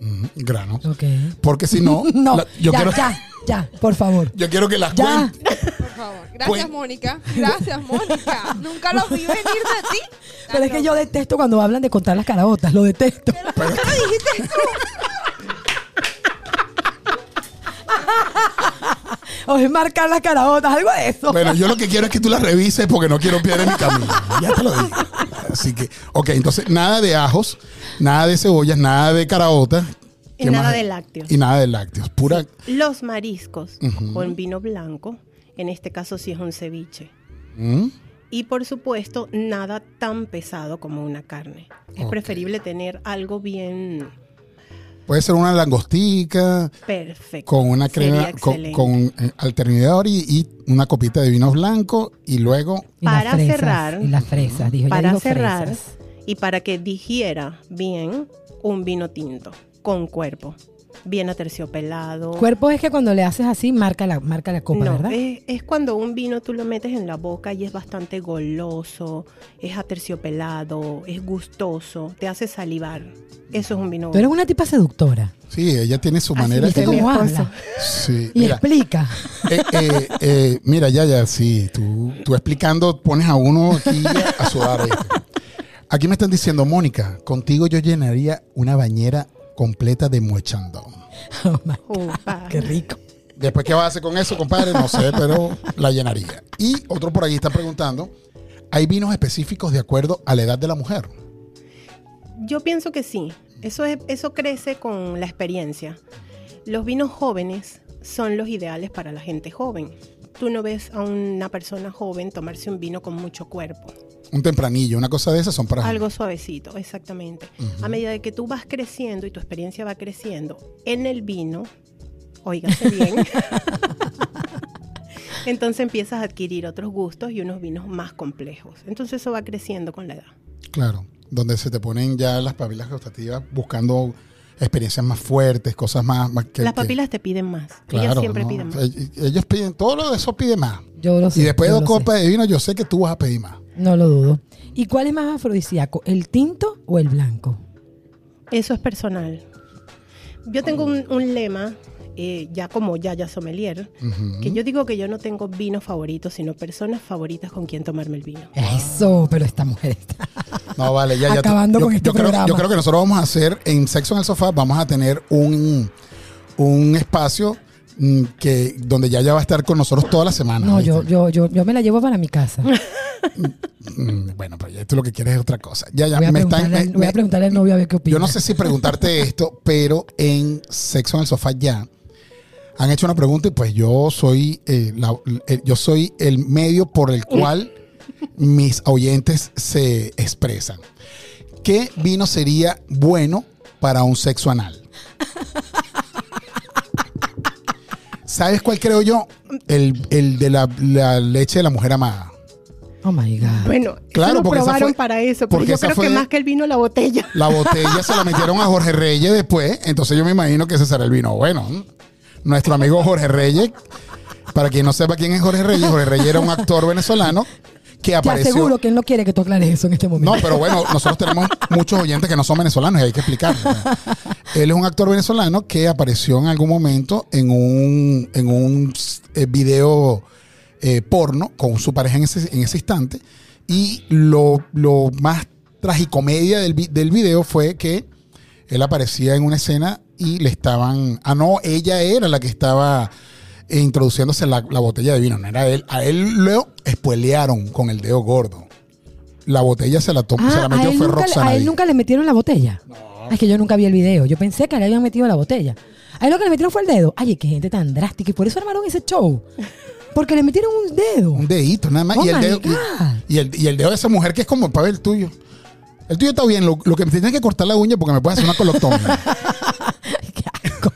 [SPEAKER 1] Ujú, Granos.
[SPEAKER 2] Ok.
[SPEAKER 1] Porque si no,
[SPEAKER 2] No,
[SPEAKER 1] la- yo,
[SPEAKER 2] ya,
[SPEAKER 1] quiero,
[SPEAKER 2] ya, ya, por favor.
[SPEAKER 1] yo quiero que las
[SPEAKER 2] Ya.
[SPEAKER 1] cuen-
[SPEAKER 4] Por favor. Gracias,
[SPEAKER 1] Pues-
[SPEAKER 4] Mónica. Gracias, Mónica. Nunca lo vi venir de ti.
[SPEAKER 2] Pero es que yo detesto cuando hablan de contar las carabotas, lo detesto.
[SPEAKER 4] ¿Por qué lo dijiste tú?
[SPEAKER 2] O es marcar las carabotas, algo de eso.
[SPEAKER 1] Bueno, yo lo que quiero es que tú las revises porque no quiero piedra en mi camino. Ya te lo dije. Así que, ok, entonces nada de ajos, nada de cebollas, nada de caraotas.
[SPEAKER 3] Y
[SPEAKER 1] ¿Qué
[SPEAKER 3] nada
[SPEAKER 1] más?
[SPEAKER 3] de lácteos.
[SPEAKER 1] Y nada de lácteos. Pura.
[SPEAKER 3] Los mariscos con vino blanco. En este caso, sí es un ceviche.
[SPEAKER 1] ¿Mm?
[SPEAKER 3] Y por supuesto, nada tan pesado como una carne. Es
[SPEAKER 1] Ok.
[SPEAKER 3] preferible tener algo bien
[SPEAKER 1] Puede ser una langostica
[SPEAKER 3] perfecto.
[SPEAKER 1] con una crema,
[SPEAKER 3] Sería
[SPEAKER 1] con,
[SPEAKER 3] excelente.
[SPEAKER 1] con, eh, alternador y, y una copita de vinos blancos y luego
[SPEAKER 2] Y las
[SPEAKER 3] Para
[SPEAKER 2] fresas,
[SPEAKER 3] cerrar,
[SPEAKER 2] Y las fresas, dijo. ya
[SPEAKER 3] para
[SPEAKER 2] dijo
[SPEAKER 3] cerrar
[SPEAKER 2] fresas.
[SPEAKER 3] y para que digiera bien un vino tinto con cuerpo, bien aterciopelado.
[SPEAKER 2] Cuerpo es que cuando le haces así, marca la, marca la copa,
[SPEAKER 3] no, eh,
[SPEAKER 2] ¿verdad?
[SPEAKER 3] Es, es cuando un vino tú lo metes en la boca y es bastante goloso, es aterciopelado, es gustoso, te hace salivar. Eso es un vino.
[SPEAKER 2] Tú eres una tipa seductora.
[SPEAKER 1] sí, ella tiene su manera.
[SPEAKER 2] ¿Viste
[SPEAKER 1] él-
[SPEAKER 2] cómo
[SPEAKER 3] mi esposo.
[SPEAKER 2] habla?
[SPEAKER 1] sí,
[SPEAKER 2] Y
[SPEAKER 1] mira.
[SPEAKER 2] explica.
[SPEAKER 1] Eh, eh, eh, mira, ya, ya, sí. Tú, tú explicando, pones a uno aquí a sudar. eh. Aquí me están diciendo, Mónica, contigo yo llenaría una bañera completa de mochandón.
[SPEAKER 2] Oh, my God,
[SPEAKER 3] Upa.
[SPEAKER 2] qué rico.
[SPEAKER 1] Después, ¿qué vas a hacer con eso, compadre? No sé, pero la llenaría. Y otro por ahí está preguntando, ¿hay vinos específicos de acuerdo a la edad de la mujer?
[SPEAKER 3] Yo pienso que sí. Eso, es, eso crece con la experiencia. Los vinos jóvenes son los ideales para la gente joven. Tú no ves a una persona joven tomarse un vino con mucho cuerpo.
[SPEAKER 1] Un tempranillo, una cosa de esas son para...
[SPEAKER 3] Algo suavecito, exactamente. A medida de que tú vas creciendo y tu experiencia va creciendo en el vino, óigase bien, entonces empiezas a adquirir otros gustos y unos vinos más complejos. Entonces eso va creciendo con la edad.
[SPEAKER 1] Claro, donde se te ponen ya las papilas gustativas buscando experiencias más fuertes, cosas más... más que,
[SPEAKER 3] Las
[SPEAKER 1] que-
[SPEAKER 3] papilas te piden más. Ellas
[SPEAKER 1] Claro,
[SPEAKER 3] siempre
[SPEAKER 1] ¿no?
[SPEAKER 3] piden más.
[SPEAKER 1] Ell- Ellos piden, todo lo de eso pide más.
[SPEAKER 2] Yo lo sé.
[SPEAKER 1] y después de
[SPEAKER 2] yo
[SPEAKER 1] dos
[SPEAKER 2] lo sé.
[SPEAKER 1] copas de vino, yo sé que tú vas a pedir más.
[SPEAKER 2] No lo dudo. ¿Y cuál es más afrodisíaco, el tinto o el blanco?
[SPEAKER 3] Eso es personal. Yo tengo un, un lema, eh, ya como Yaya Sommelier,
[SPEAKER 1] Ujú.
[SPEAKER 3] que yo digo que yo no tengo vino favorito, sino personas favoritas con quien tomarme el vino.
[SPEAKER 1] Ah.
[SPEAKER 2] Eso, pero esta mujer está.
[SPEAKER 1] No, vale, ya, ya.
[SPEAKER 2] Acabando
[SPEAKER 1] yo,
[SPEAKER 2] con este
[SPEAKER 1] yo creo,
[SPEAKER 2] programa.
[SPEAKER 1] yo creo que nosotros vamos a hacer en Sexo en el Sofá, vamos a tener un, un espacio mm, que donde ya ya va a estar con nosotros toda la semana.
[SPEAKER 2] No,
[SPEAKER 1] ¿viste?
[SPEAKER 2] yo, yo, yo, yo me la llevo para mi casa.
[SPEAKER 1] Mm, Bueno, pero ya tú lo que quieres es otra cosa. Ya, ya,
[SPEAKER 2] Voy a,
[SPEAKER 1] me están.
[SPEAKER 2] preguntarle, al-
[SPEAKER 1] me-
[SPEAKER 2] voy a
[SPEAKER 1] me-
[SPEAKER 2] preguntarle al novio a ver qué opina.
[SPEAKER 1] Yo no sé si preguntarte esto, pero en Sexo en el Sofá ya han hecho una pregunta y pues yo soy, eh, la- el- yo soy el medio por el cual mis oyentes se expresan. ¿Qué vino sería bueno para un sexo anal? ¿Sabes cuál creo yo? El, el de la, la leche de la mujer amada.
[SPEAKER 2] Oh my God.
[SPEAKER 3] Bueno,
[SPEAKER 1] Claro,
[SPEAKER 3] claro, lo
[SPEAKER 1] porque esa
[SPEAKER 3] probaron
[SPEAKER 1] fue-
[SPEAKER 3] para eso, pero
[SPEAKER 1] porque
[SPEAKER 3] yo
[SPEAKER 1] esa
[SPEAKER 3] creo
[SPEAKER 1] fue-
[SPEAKER 3] que más que el vino, la botella.
[SPEAKER 1] La botella se la metieron a Jorge Reyes después, entonces yo me imagino que ese será el vino bueno. ¿m? Nuestro amigo Jorge Reyes, para quien no sepa quién es Jorge Reyes, Jorge Reyes era un actor venezolano que
[SPEAKER 2] Te
[SPEAKER 1] apareció.
[SPEAKER 2] aseguro que él no quiere que tú aclares eso en este momento.
[SPEAKER 1] No, pero bueno, nosotros tenemos muchos oyentes que no son venezolanos y hay que explicar. Él es un actor venezolano que apareció en algún momento en un, en un eh, video eh, porno con su pareja en ese, en ese instante. Y lo, lo más tragicomedia del, vi- del video fue que él aparecía en una escena y le estaban. Ah, no, ella era la que estaba eh, introduciéndose la, la botella de vino. No era él. A él lo espolearon con el dedo gordo. La botella se la tomó,
[SPEAKER 2] Ah,
[SPEAKER 1] se la
[SPEAKER 2] a,
[SPEAKER 1] metió
[SPEAKER 2] él
[SPEAKER 1] fue
[SPEAKER 2] nunca, le-
[SPEAKER 1] Roxana.
[SPEAKER 2] a él
[SPEAKER 1] Díaz.
[SPEAKER 2] nunca le metieron la botella. Ah, Es que yo nunca vi el video. Yo pensé que le habían metido la botella. A él lo que le metieron fue el dedo. Ay, qué gente tan drástica. Y por eso armaron ese show. Porque le metieron un dedo.
[SPEAKER 1] Un dedito, nada más.
[SPEAKER 2] Oh
[SPEAKER 1] y, el
[SPEAKER 2] my
[SPEAKER 1] dedo,
[SPEAKER 2] God.
[SPEAKER 1] y, y el, y el dedo de esa mujer que es como para ver el tuyo. El tuyo está bien, lo, lo que me tienes que cortar la uña porque me puedes hacer una coloctomía.
[SPEAKER 2] Qué asco.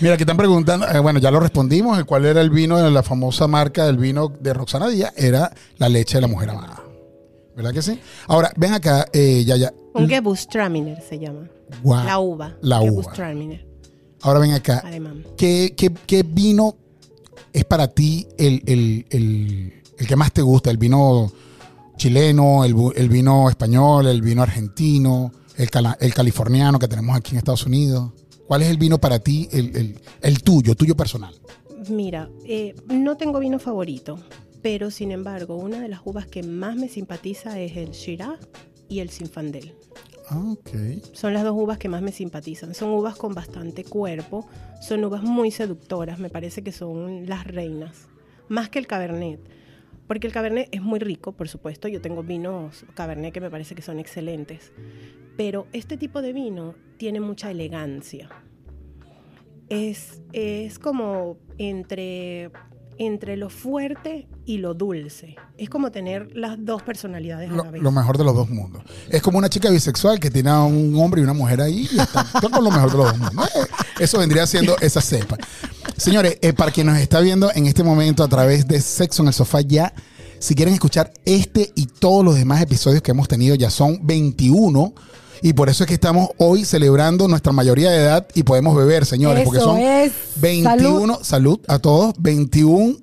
[SPEAKER 1] Mira, aquí están preguntando, eh, bueno, ya lo respondimos, el cuál era el vino de la famosa marca del vino de Roxana Díaz, era la leche de la mujer amada. ¿Verdad que sí? Ahora, ven acá, eh, ya, ya.
[SPEAKER 3] Un Gebustraminer se llama.
[SPEAKER 1] Guau.
[SPEAKER 3] La uva.
[SPEAKER 1] La uva.
[SPEAKER 3] Gewürztraminer,
[SPEAKER 1] Ahora ven acá.
[SPEAKER 3] alemán.
[SPEAKER 1] ¿Qué, qué- qué vino es para ti el, el- el- el que más te gusta? ¿El vino chileno, el, bu- el vino español, el vino argentino, el, cala- el californiano que tenemos aquí en Estados Unidos? ¿Cuál es el vino para ti, el, el- el tuyo, tuyo personal?
[SPEAKER 3] Mira, eh, no tengo vino favorito, pero sin embargo, una de las uvas que más me simpatiza es el Shiraz y el Sinfandel.
[SPEAKER 1] Ah, ok.
[SPEAKER 3] Son las dos uvas que más me simpatizan. Son uvas con bastante cuerpo, son uvas muy seductoras, me parece que son las reinas, más que el Cabernet. Porque el Cabernet es muy rico, por supuesto, yo tengo vinos Cabernet que me parece que son excelentes, pero este tipo de vino tiene mucha elegancia. Es, es como entre, entre lo fuerte y lo dulce. Es como tener las dos personalidades a
[SPEAKER 1] Lo,
[SPEAKER 3] la vez.
[SPEAKER 1] lo mejor de los dos mundos. Es como una chica bisexual que tiene a un hombre y una mujer ahí y está, está con lo mejor de los dos mundos. Eh, Eso vendría siendo esa cepa. Señores, eh, para quien nos está viendo en este momento a través de Sexo en el Sofá ya, si quieren escuchar este y todos los demás episodios que hemos tenido, ya son 21. Y por eso es que estamos hoy celebrando nuestra mayoría de edad y podemos beber, señores, porque
[SPEAKER 2] Eso
[SPEAKER 1] son
[SPEAKER 2] es.
[SPEAKER 1] 21, salud, a todos, 21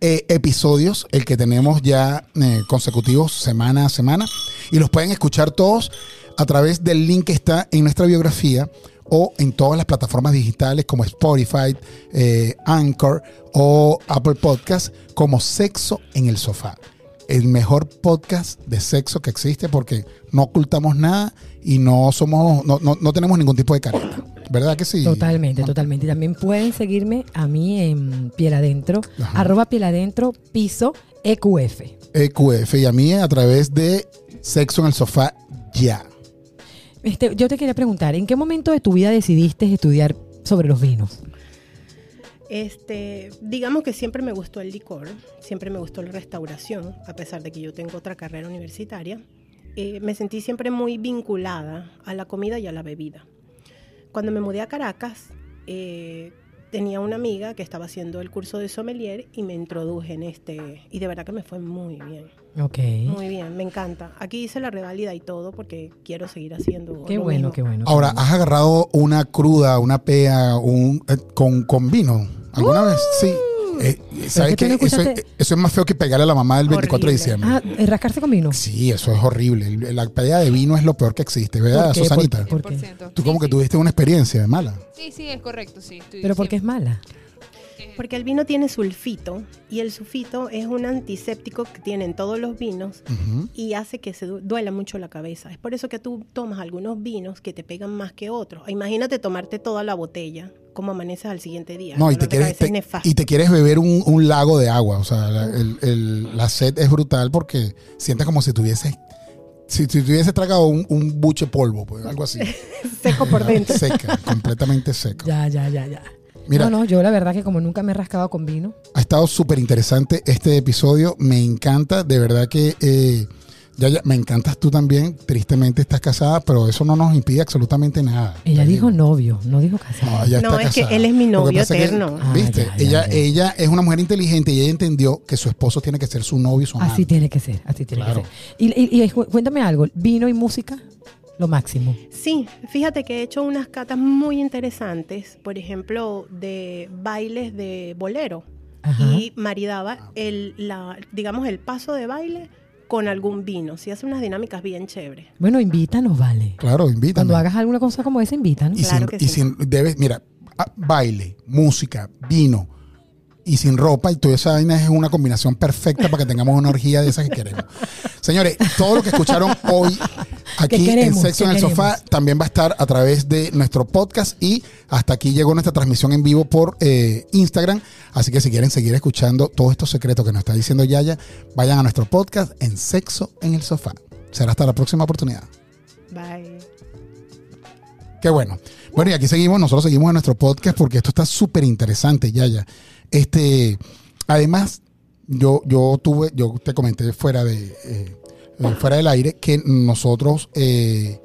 [SPEAKER 1] eh, episodios, el que tenemos ya eh, consecutivos semana a semana, y los pueden escuchar todos a través del link que está en nuestra biografía o en todas las plataformas digitales como Spotify, eh, Anchor o Apple Podcast como Sexo en el Sofá. El mejor podcast de sexo que existe porque no ocultamos nada y no somos, no, no- no tenemos ningún tipo de careta. ¿Verdad que sí?
[SPEAKER 2] Totalmente, totalmente. Y también pueden seguirme a mí en Piel Adentro,
[SPEAKER 1] Ajá.
[SPEAKER 2] arroba Piel Adentro, piso E EQF.
[SPEAKER 1] EQF E y a mí a través de Sexo en el Sofá Ya.
[SPEAKER 2] Este, yo te quería preguntar, ¿en qué momento de tu vida decidiste estudiar sobre los vinos?
[SPEAKER 3] Este, digamos que siempre me gustó el licor, siempre me gustó la restauración, a pesar de que yo tengo otra carrera universitaria. Eh, me sentí siempre muy vinculada a la comida y a la bebida. Cuando me mudé a Caracas, eh, tenía una amiga que estaba haciendo el curso de sommelier y me introduje en este, y de verdad que me fue muy bien,
[SPEAKER 2] Ok.
[SPEAKER 3] muy bien, me encanta. Aquí hice la reválida y todo porque quiero seguir haciendo.
[SPEAKER 2] Qué
[SPEAKER 3] lo
[SPEAKER 2] bueno,
[SPEAKER 3] mismo.
[SPEAKER 2] qué bueno.
[SPEAKER 1] Ahora,
[SPEAKER 2] qué bueno.
[SPEAKER 1] ¿has agarrado una cruda, una pea, un, eh, con, con vino? ¿Alguna vez? Sí. Eh, ¿Sabes
[SPEAKER 2] Uh. que tú
[SPEAKER 1] qué?
[SPEAKER 2] no
[SPEAKER 1] Eso es,
[SPEAKER 2] escuchaste-
[SPEAKER 1] eso es más feo que pegarle a la mamá del 24 de
[SPEAKER 3] Horrible.
[SPEAKER 1] diciembre.
[SPEAKER 2] Ah, ¿eh, rascarse con vino.
[SPEAKER 1] Sí, eso es horrible. El- La pelea de vino es lo peor que existe, ¿verdad,
[SPEAKER 2] ¿Por qué?
[SPEAKER 1] Susanita?
[SPEAKER 2] ¿Por qué?
[SPEAKER 4] 100%.
[SPEAKER 1] Tú como
[SPEAKER 4] Sí,
[SPEAKER 1] que tuviste una experiencia mala.
[SPEAKER 4] Sí, sí, sí, es correcto, sí. estoy
[SPEAKER 2] Pero porque es
[SPEAKER 4] cien-
[SPEAKER 2] mala.
[SPEAKER 3] Porque el vino tiene sulfito y el sulfito es un antiséptico que tienen todos los vinos
[SPEAKER 1] Ujú.
[SPEAKER 3] y hace que se du- duela mucho la cabeza. Es por eso que tú tomas algunos vinos que te pegan más que otros. E Imagínate tomarte toda la botella, como amaneces al siguiente día.
[SPEAKER 1] No,
[SPEAKER 3] El
[SPEAKER 1] y te,
[SPEAKER 3] dolor de
[SPEAKER 1] quieres,
[SPEAKER 3] cabeza es
[SPEAKER 1] te-
[SPEAKER 3] nefasto.
[SPEAKER 1] y te quieres beber un, un lago de agua. O sea, la, el- el- la sed es brutal porque sientes como si tuvieses, si, si tuvieses tragado un, un buche polvo, pues, algo así.
[SPEAKER 3] seco por dentro.
[SPEAKER 1] Seca, completamente seca.
[SPEAKER 2] Ya, ya, ya, ya.
[SPEAKER 1] Mira.
[SPEAKER 2] No, no, yo la verdad que como nunca me he rascado con vino.
[SPEAKER 1] Ha estado súper interesante este episodio. Me encanta, de verdad que eh, ya, ya, me encantas tú también. Tristemente estás casada, pero eso no nos impide absolutamente nada.
[SPEAKER 2] Ella
[SPEAKER 1] Te
[SPEAKER 2] dijo
[SPEAKER 1] digo.
[SPEAKER 2] novio, no dijo casado.
[SPEAKER 1] No, ella
[SPEAKER 3] No,
[SPEAKER 1] está
[SPEAKER 3] es que
[SPEAKER 1] casada.
[SPEAKER 3] él es mi
[SPEAKER 1] Lo que
[SPEAKER 3] novio
[SPEAKER 1] pasa es que,
[SPEAKER 3] eterno.
[SPEAKER 2] Ah,
[SPEAKER 1] Viste,
[SPEAKER 2] ya, ya,
[SPEAKER 1] ella,
[SPEAKER 2] ya.
[SPEAKER 1] ella es una mujer inteligente y ella entendió que su esposo tiene que ser su novio y su amante.
[SPEAKER 2] Así tiene que ser, así tiene
[SPEAKER 1] Claro.
[SPEAKER 2] que ser. Y, y- y cu- cuéntame algo, vino y música, lo máximo.
[SPEAKER 3] Sí, fíjate que he hecho unas catas muy interesantes, por ejemplo, de bailes de bolero.
[SPEAKER 2] Ajá.
[SPEAKER 3] y maridaba el, la, digamos, el paso de baile con algún vino. Sí, hace unas dinámicas bien chéveres.
[SPEAKER 2] Bueno, invítanos, vale.
[SPEAKER 1] Claro, invítame.
[SPEAKER 2] Cuando hagas alguna cosa como esa, invítanos.
[SPEAKER 1] Y,
[SPEAKER 3] Claro
[SPEAKER 1] sin,
[SPEAKER 3] que
[SPEAKER 1] y
[SPEAKER 3] sí.
[SPEAKER 1] sin- debes, mira, a- baile, música, vino y sin ropa y toda esa vaina es una combinación perfecta para que tengamos una orgía de esas que queremos. Señores, todo lo que escucharon hoy aquí
[SPEAKER 2] queremos?
[SPEAKER 1] en Sexo
[SPEAKER 2] ¿Qué
[SPEAKER 1] en el Sofá
[SPEAKER 2] queremos?
[SPEAKER 1] también va a estar a través de nuestro podcast y hasta aquí llegó nuestra transmisión en vivo por eh, Instagram. Así que si quieren seguir escuchando todos estos secretos que nos está diciendo Yaya, vayan a nuestro podcast en Sexo en el Sofá. Será hasta la próxima oportunidad.
[SPEAKER 3] Bye.
[SPEAKER 1] Qué bueno. Bueno, y aquí seguimos, nosotros seguimos en nuestro podcast porque esto está súper interesante, Yaya. Este, además, yo, yo tuve, yo te comenté fuera de eh, eh, fuera del aire que nosotros eh,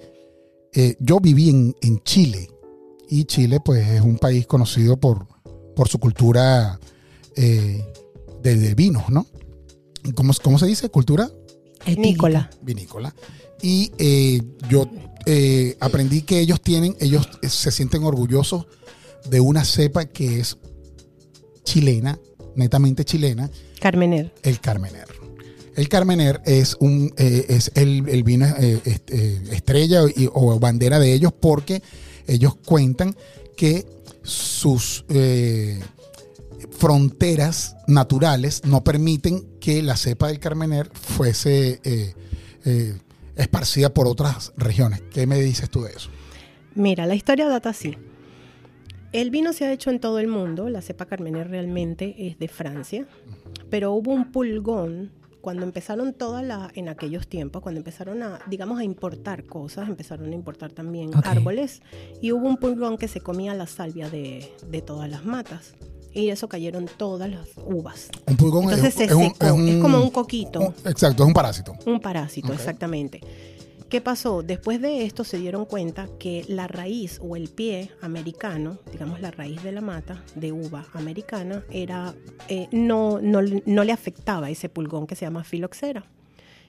[SPEAKER 1] eh, yo viví en, en Chile. Y Chile, pues, es un país conocido por, por su cultura eh, de, de vinos, ¿no? ¿Cómo, ¿Cómo se dice? ¿Cultura?
[SPEAKER 2] Etílica.
[SPEAKER 3] Nicola.
[SPEAKER 1] vinícola. Y eh, yo eh, aprendí que ellos tienen, ellos eh, se sienten orgullosos de una cepa que es chilena, netamente chilena,
[SPEAKER 3] Carmener.
[SPEAKER 1] el Carmener. El Carmener es un eh, es el, el vino eh, est- eh, estrella y- o bandera de ellos porque ellos cuentan que sus eh, fronteras naturales no permiten que la cepa del Carmener fuese eh, eh, esparcida por otras regiones. ¿Qué me dices tú de eso?
[SPEAKER 3] Mira, la historia data así. El vino se ha hecho en todo el mundo, la cepa Carmener realmente es de Francia, pero hubo un pulgón cuando empezaron todas las, en aquellos tiempos, cuando empezaron a, digamos, a importar cosas, empezaron a importar también
[SPEAKER 2] Ok.
[SPEAKER 3] árboles, y hubo un pulgón que se comía la salvia de, de todas las matas, y eso cayeron todas las uvas.
[SPEAKER 1] Un pulgón es-
[SPEAKER 3] Entonces se
[SPEAKER 1] es, un-
[SPEAKER 3] secó,
[SPEAKER 1] es un-
[SPEAKER 3] es como un coquito.
[SPEAKER 1] un- exacto, es un parásito.
[SPEAKER 3] Un parásito,
[SPEAKER 1] Ok.
[SPEAKER 3] exactamente. ¿Qué pasó? Después de esto se dieron cuenta que la raíz o el pie americano, digamos la raíz de la mata de uva americana, era, eh, no, no, no le afectaba ese pulgón que se llama filoxera.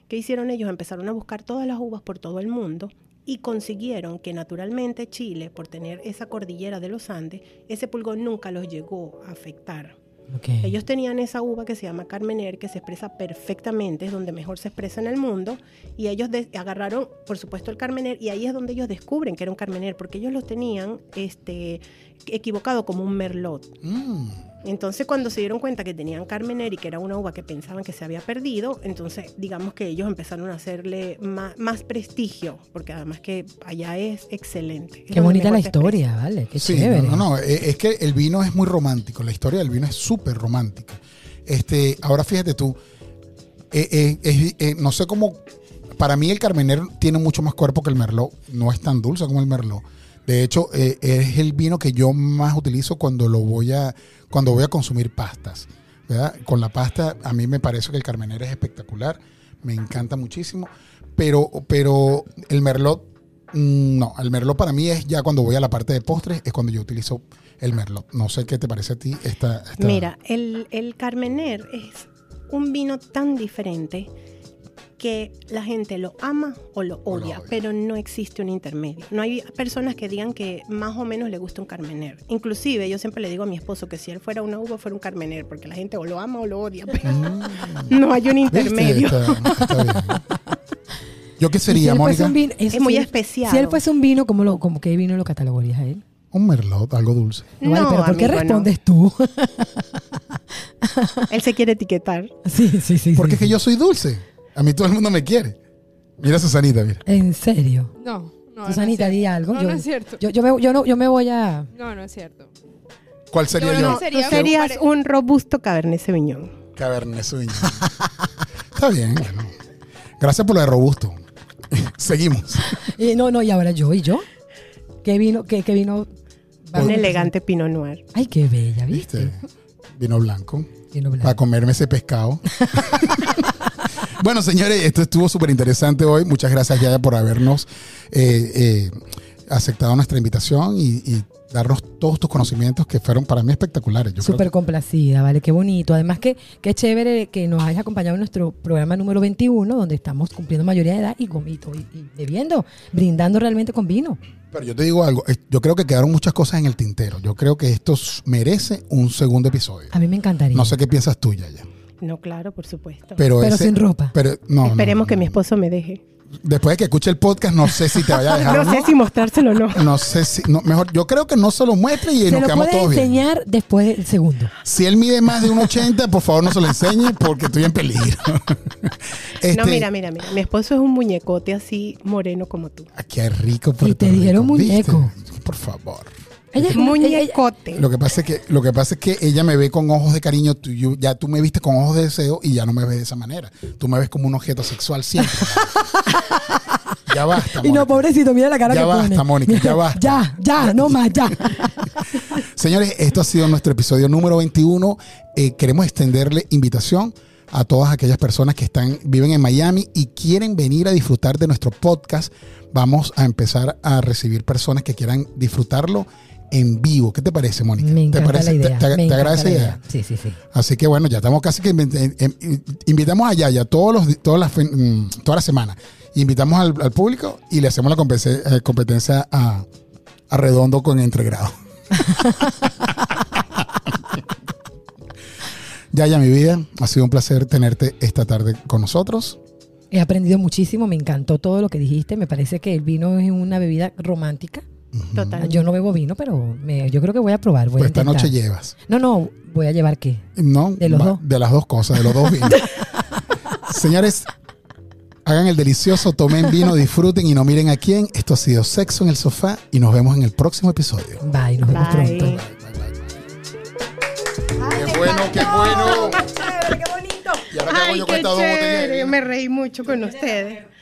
[SPEAKER 3] ¿Qué hicieron ellos? Empezaron a buscar todas las uvas por todo el mundo y consiguieron que naturalmente Chile, por tener esa cordillera de los Andes, ese pulgón nunca los llegó a afectar.
[SPEAKER 2] Ok.
[SPEAKER 3] Ellos tenían esa uva que se llama Carmener, que se expresa perfectamente, es donde mejor se expresa en el mundo, y ellos de- agarraron, por supuesto, el Carmener, y ahí es donde ellos descubren que era un Carmener, porque ellos lo tenían este, equivocado como un Merlot.
[SPEAKER 1] Mm.
[SPEAKER 3] Entonces, cuando se dieron cuenta que tenían Carmener y que era una uva que pensaban que se había perdido, entonces, digamos que ellos empezaron a hacerle ma- más, prestigio, porque además que allá es excelente. Es
[SPEAKER 2] Qué
[SPEAKER 3] donde
[SPEAKER 2] bonita la
[SPEAKER 3] mejor se expresa.
[SPEAKER 2] historia, vale. Qué
[SPEAKER 1] sí,
[SPEAKER 2] chévere.
[SPEAKER 1] No, no, no, eh, es que el vino es muy romántico, la historia del vino es súper romántica. Este, ahora fíjate tú, eh, eh, es- eh, no sé cómo, para mí el Carmener tiene mucho más cuerpo que el Merlot, no es tan dulce como el Merlot. De hecho, eh, es el vino que yo más utilizo cuando lo voy a, cuando voy a consumir pastas. ¿verdad? Con la pasta, a mí me parece que el Carmener es espectacular, me encanta muchísimo, pero, pero el Merlot Mm, No, el merlot para mí es ya cuando voy a la parte de postres, es cuando yo utilizo el merlot. No sé qué te parece a ti esta. esta-
[SPEAKER 3] Mira, el, el Carmener es un vino tan diferente que la gente lo ama o lo
[SPEAKER 1] O lo
[SPEAKER 3] odia,
[SPEAKER 1] odia.
[SPEAKER 3] pero no existe un intermedio. No hay personas que digan que más o menos le gusta un Carmener. Inclusive yo siempre le digo a mi esposo que si él fuera una uva fuera un Carmener, porque la gente o lo ama o lo odia, pero
[SPEAKER 1] Mm,
[SPEAKER 3] no hay un
[SPEAKER 1] ¿viste?
[SPEAKER 3] intermedio.
[SPEAKER 1] Está- está bien. ¿Yo qué
[SPEAKER 2] Y si
[SPEAKER 1] sería,
[SPEAKER 2] él
[SPEAKER 1] Mónica?
[SPEAKER 2] fuese un
[SPEAKER 1] Un,
[SPEAKER 2] vino- eso
[SPEAKER 3] Es muy
[SPEAKER 2] sí,
[SPEAKER 3] especial.
[SPEAKER 2] Si él fuese un vino, ¿cómo, lo, cómo qué vino lo catalogarías a él?
[SPEAKER 1] merlot, algo dulce.
[SPEAKER 2] No, vale, pero ¿por qué
[SPEAKER 3] amigo, no.
[SPEAKER 2] respondes tú?
[SPEAKER 3] Él se quiere etiquetar.
[SPEAKER 2] sí, sí, sí.
[SPEAKER 1] Porque
[SPEAKER 2] sí,
[SPEAKER 1] es que
[SPEAKER 2] sí.
[SPEAKER 1] yo soy dulce. A mí todo el mundo me quiere. Mira, Susanita, mira.
[SPEAKER 2] En serio.
[SPEAKER 4] No, no. no
[SPEAKER 2] Susanita,
[SPEAKER 4] es
[SPEAKER 2] di
[SPEAKER 4] cierto.
[SPEAKER 2] algo.
[SPEAKER 4] No,
[SPEAKER 2] yo,
[SPEAKER 4] no es cierto.
[SPEAKER 2] Yo, yo me, yo, no, yo me voy a.
[SPEAKER 4] No, no es cierto.
[SPEAKER 1] ¿Cuál sería
[SPEAKER 4] Yo
[SPEAKER 1] yo?
[SPEAKER 4] no
[SPEAKER 3] No,
[SPEAKER 4] sé.
[SPEAKER 3] tú
[SPEAKER 4] Sería
[SPEAKER 3] serías
[SPEAKER 4] un
[SPEAKER 3] un robusto Cabernet Sauvignon.
[SPEAKER 1] Cabernet Sauvignon. está bien. bueno. Gracias por lo de robusto. Seguimos.
[SPEAKER 2] Eh, no, no, y ahora yo, ¿y yo? ¿Qué vino? ¿Qué, qué vino? va-
[SPEAKER 3] Un elegante Pinot Noir.
[SPEAKER 2] Ay, qué bella, ¿viste?
[SPEAKER 1] ¿Viste? Vino blanco.
[SPEAKER 2] Vino blanco.
[SPEAKER 1] para comerme ese pescado. bueno, señores, esto estuvo súper interesante hoy. Muchas gracias, Yaya, por habernos eh, eh, aceptado nuestra invitación y, y darnos todos tus conocimientos que fueron para mí espectaculares. Yo creo
[SPEAKER 2] Súper complacida, ¿vale? Qué bonito. Además que qué chévere que nos hayas acompañado en nuestro programa número 21, donde estamos cumpliendo mayoría de edad y gomito y, y bebiendo, brindando realmente con vino.
[SPEAKER 1] que- pero yo te digo algo, eh, yo creo que quedaron muchas cosas en el tintero. Yo creo que esto s- merece un segundo episodio.
[SPEAKER 2] A mí me encantaría.
[SPEAKER 1] No sé qué piensas tú, Yaya.
[SPEAKER 3] No, claro, por supuesto.
[SPEAKER 1] Pero,
[SPEAKER 2] Pero
[SPEAKER 1] ese-
[SPEAKER 2] sin ropa.
[SPEAKER 1] Pero, no, no, no,
[SPEAKER 3] Esperemos que mi
[SPEAKER 1] no.
[SPEAKER 3] esposo me deje.
[SPEAKER 1] Después de que escuche el podcast, no sé si te vaya a dejar. o
[SPEAKER 3] No sé si mostrárselo o no.
[SPEAKER 1] No sé si, no, mejor, yo creo que no se lo muestre y
[SPEAKER 2] Se
[SPEAKER 1] nos
[SPEAKER 2] lo
[SPEAKER 1] quedamos
[SPEAKER 2] puedes
[SPEAKER 1] todos bien.
[SPEAKER 2] enseñar después del segundo.
[SPEAKER 1] Si él mide más de un 80, por favor no se lo enseñe porque estoy en peligro. Este,
[SPEAKER 3] No, mira, mira, mira. Mi esposo es un muñecote así moreno como tú.
[SPEAKER 1] ah, Qué rico. Puerto
[SPEAKER 2] Y te
[SPEAKER 1] Rico,
[SPEAKER 2] dijeron
[SPEAKER 1] ¿viste?
[SPEAKER 2] muñeco.
[SPEAKER 1] Por favor.
[SPEAKER 2] Ella es ella- ella-
[SPEAKER 3] Muñecote.
[SPEAKER 1] Lo que pasa es que, lo que pasa es que ella me ve con ojos de cariño, tú- yo- ya tú me viste con ojos de deseo y ya no me ves de esa manera. Tú me ves como un objeto sexual siempre. ya basta.
[SPEAKER 2] y no,
[SPEAKER 1] Mónica.
[SPEAKER 2] pobrecito, mira la cara
[SPEAKER 1] Ya
[SPEAKER 2] que
[SPEAKER 1] basta,
[SPEAKER 2] pone.
[SPEAKER 1] Mónica, ya basta.
[SPEAKER 2] Ya, ya, no más, ya.
[SPEAKER 1] Señores, esto ha sido nuestro episodio número 21. Eh, queremos extenderle invitación a todas aquellas personas que están, viven en Miami y quieren venir a disfrutar de nuestro podcast. Vamos a empezar a recibir personas que quieran disfrutarlo en vivo. ¿Qué te parece, Mónica?
[SPEAKER 2] Me encanta
[SPEAKER 1] ¿Te parece?
[SPEAKER 2] la idea.
[SPEAKER 1] ¿Te, te-
[SPEAKER 2] me
[SPEAKER 1] te
[SPEAKER 2] encanta
[SPEAKER 1] agrada esa
[SPEAKER 2] la
[SPEAKER 1] idea?
[SPEAKER 2] Sí, sí, sí.
[SPEAKER 1] Así que bueno, ya estamos casi que invent- em- em- invitamos a Yaya todos los, di- todas las, fin- mm, todas las semanas. Invitamos al, al público y le hacemos la compense- eh, competencia a, a Redondo con Entregrado. Yaya, mi vida, ha sido un placer tenerte esta tarde con nosotros.
[SPEAKER 2] He aprendido muchísimo, me encantó todo lo que dijiste. Me parece que el vino es una bebida romántica.
[SPEAKER 3] Total.
[SPEAKER 2] Yo no bebo vino, pero me- yo creo que voy a probar. Voy
[SPEAKER 1] Pues
[SPEAKER 2] a
[SPEAKER 1] esta
[SPEAKER 2] intentar.
[SPEAKER 1] noche llevas,
[SPEAKER 2] No, no, voy a llevar qué.
[SPEAKER 1] ¿no?
[SPEAKER 2] De los
[SPEAKER 1] Va-
[SPEAKER 2] dos.
[SPEAKER 1] De las dos cosas, de los dos vinos. Señores, hagan el delicioso, tomen vino, disfruten y no miren a quién. Esto ha sido Sexo en el Sofá y nos vemos en el próximo episodio.
[SPEAKER 2] Bye, nos vemos
[SPEAKER 3] Bye.
[SPEAKER 2] pronto.
[SPEAKER 1] Qué bueno, qué bueno.
[SPEAKER 4] Chévere, ¡Qué bonito!
[SPEAKER 1] Y ahora eh,
[SPEAKER 3] Ay, qué chévere. Me reí mucho con ustedes.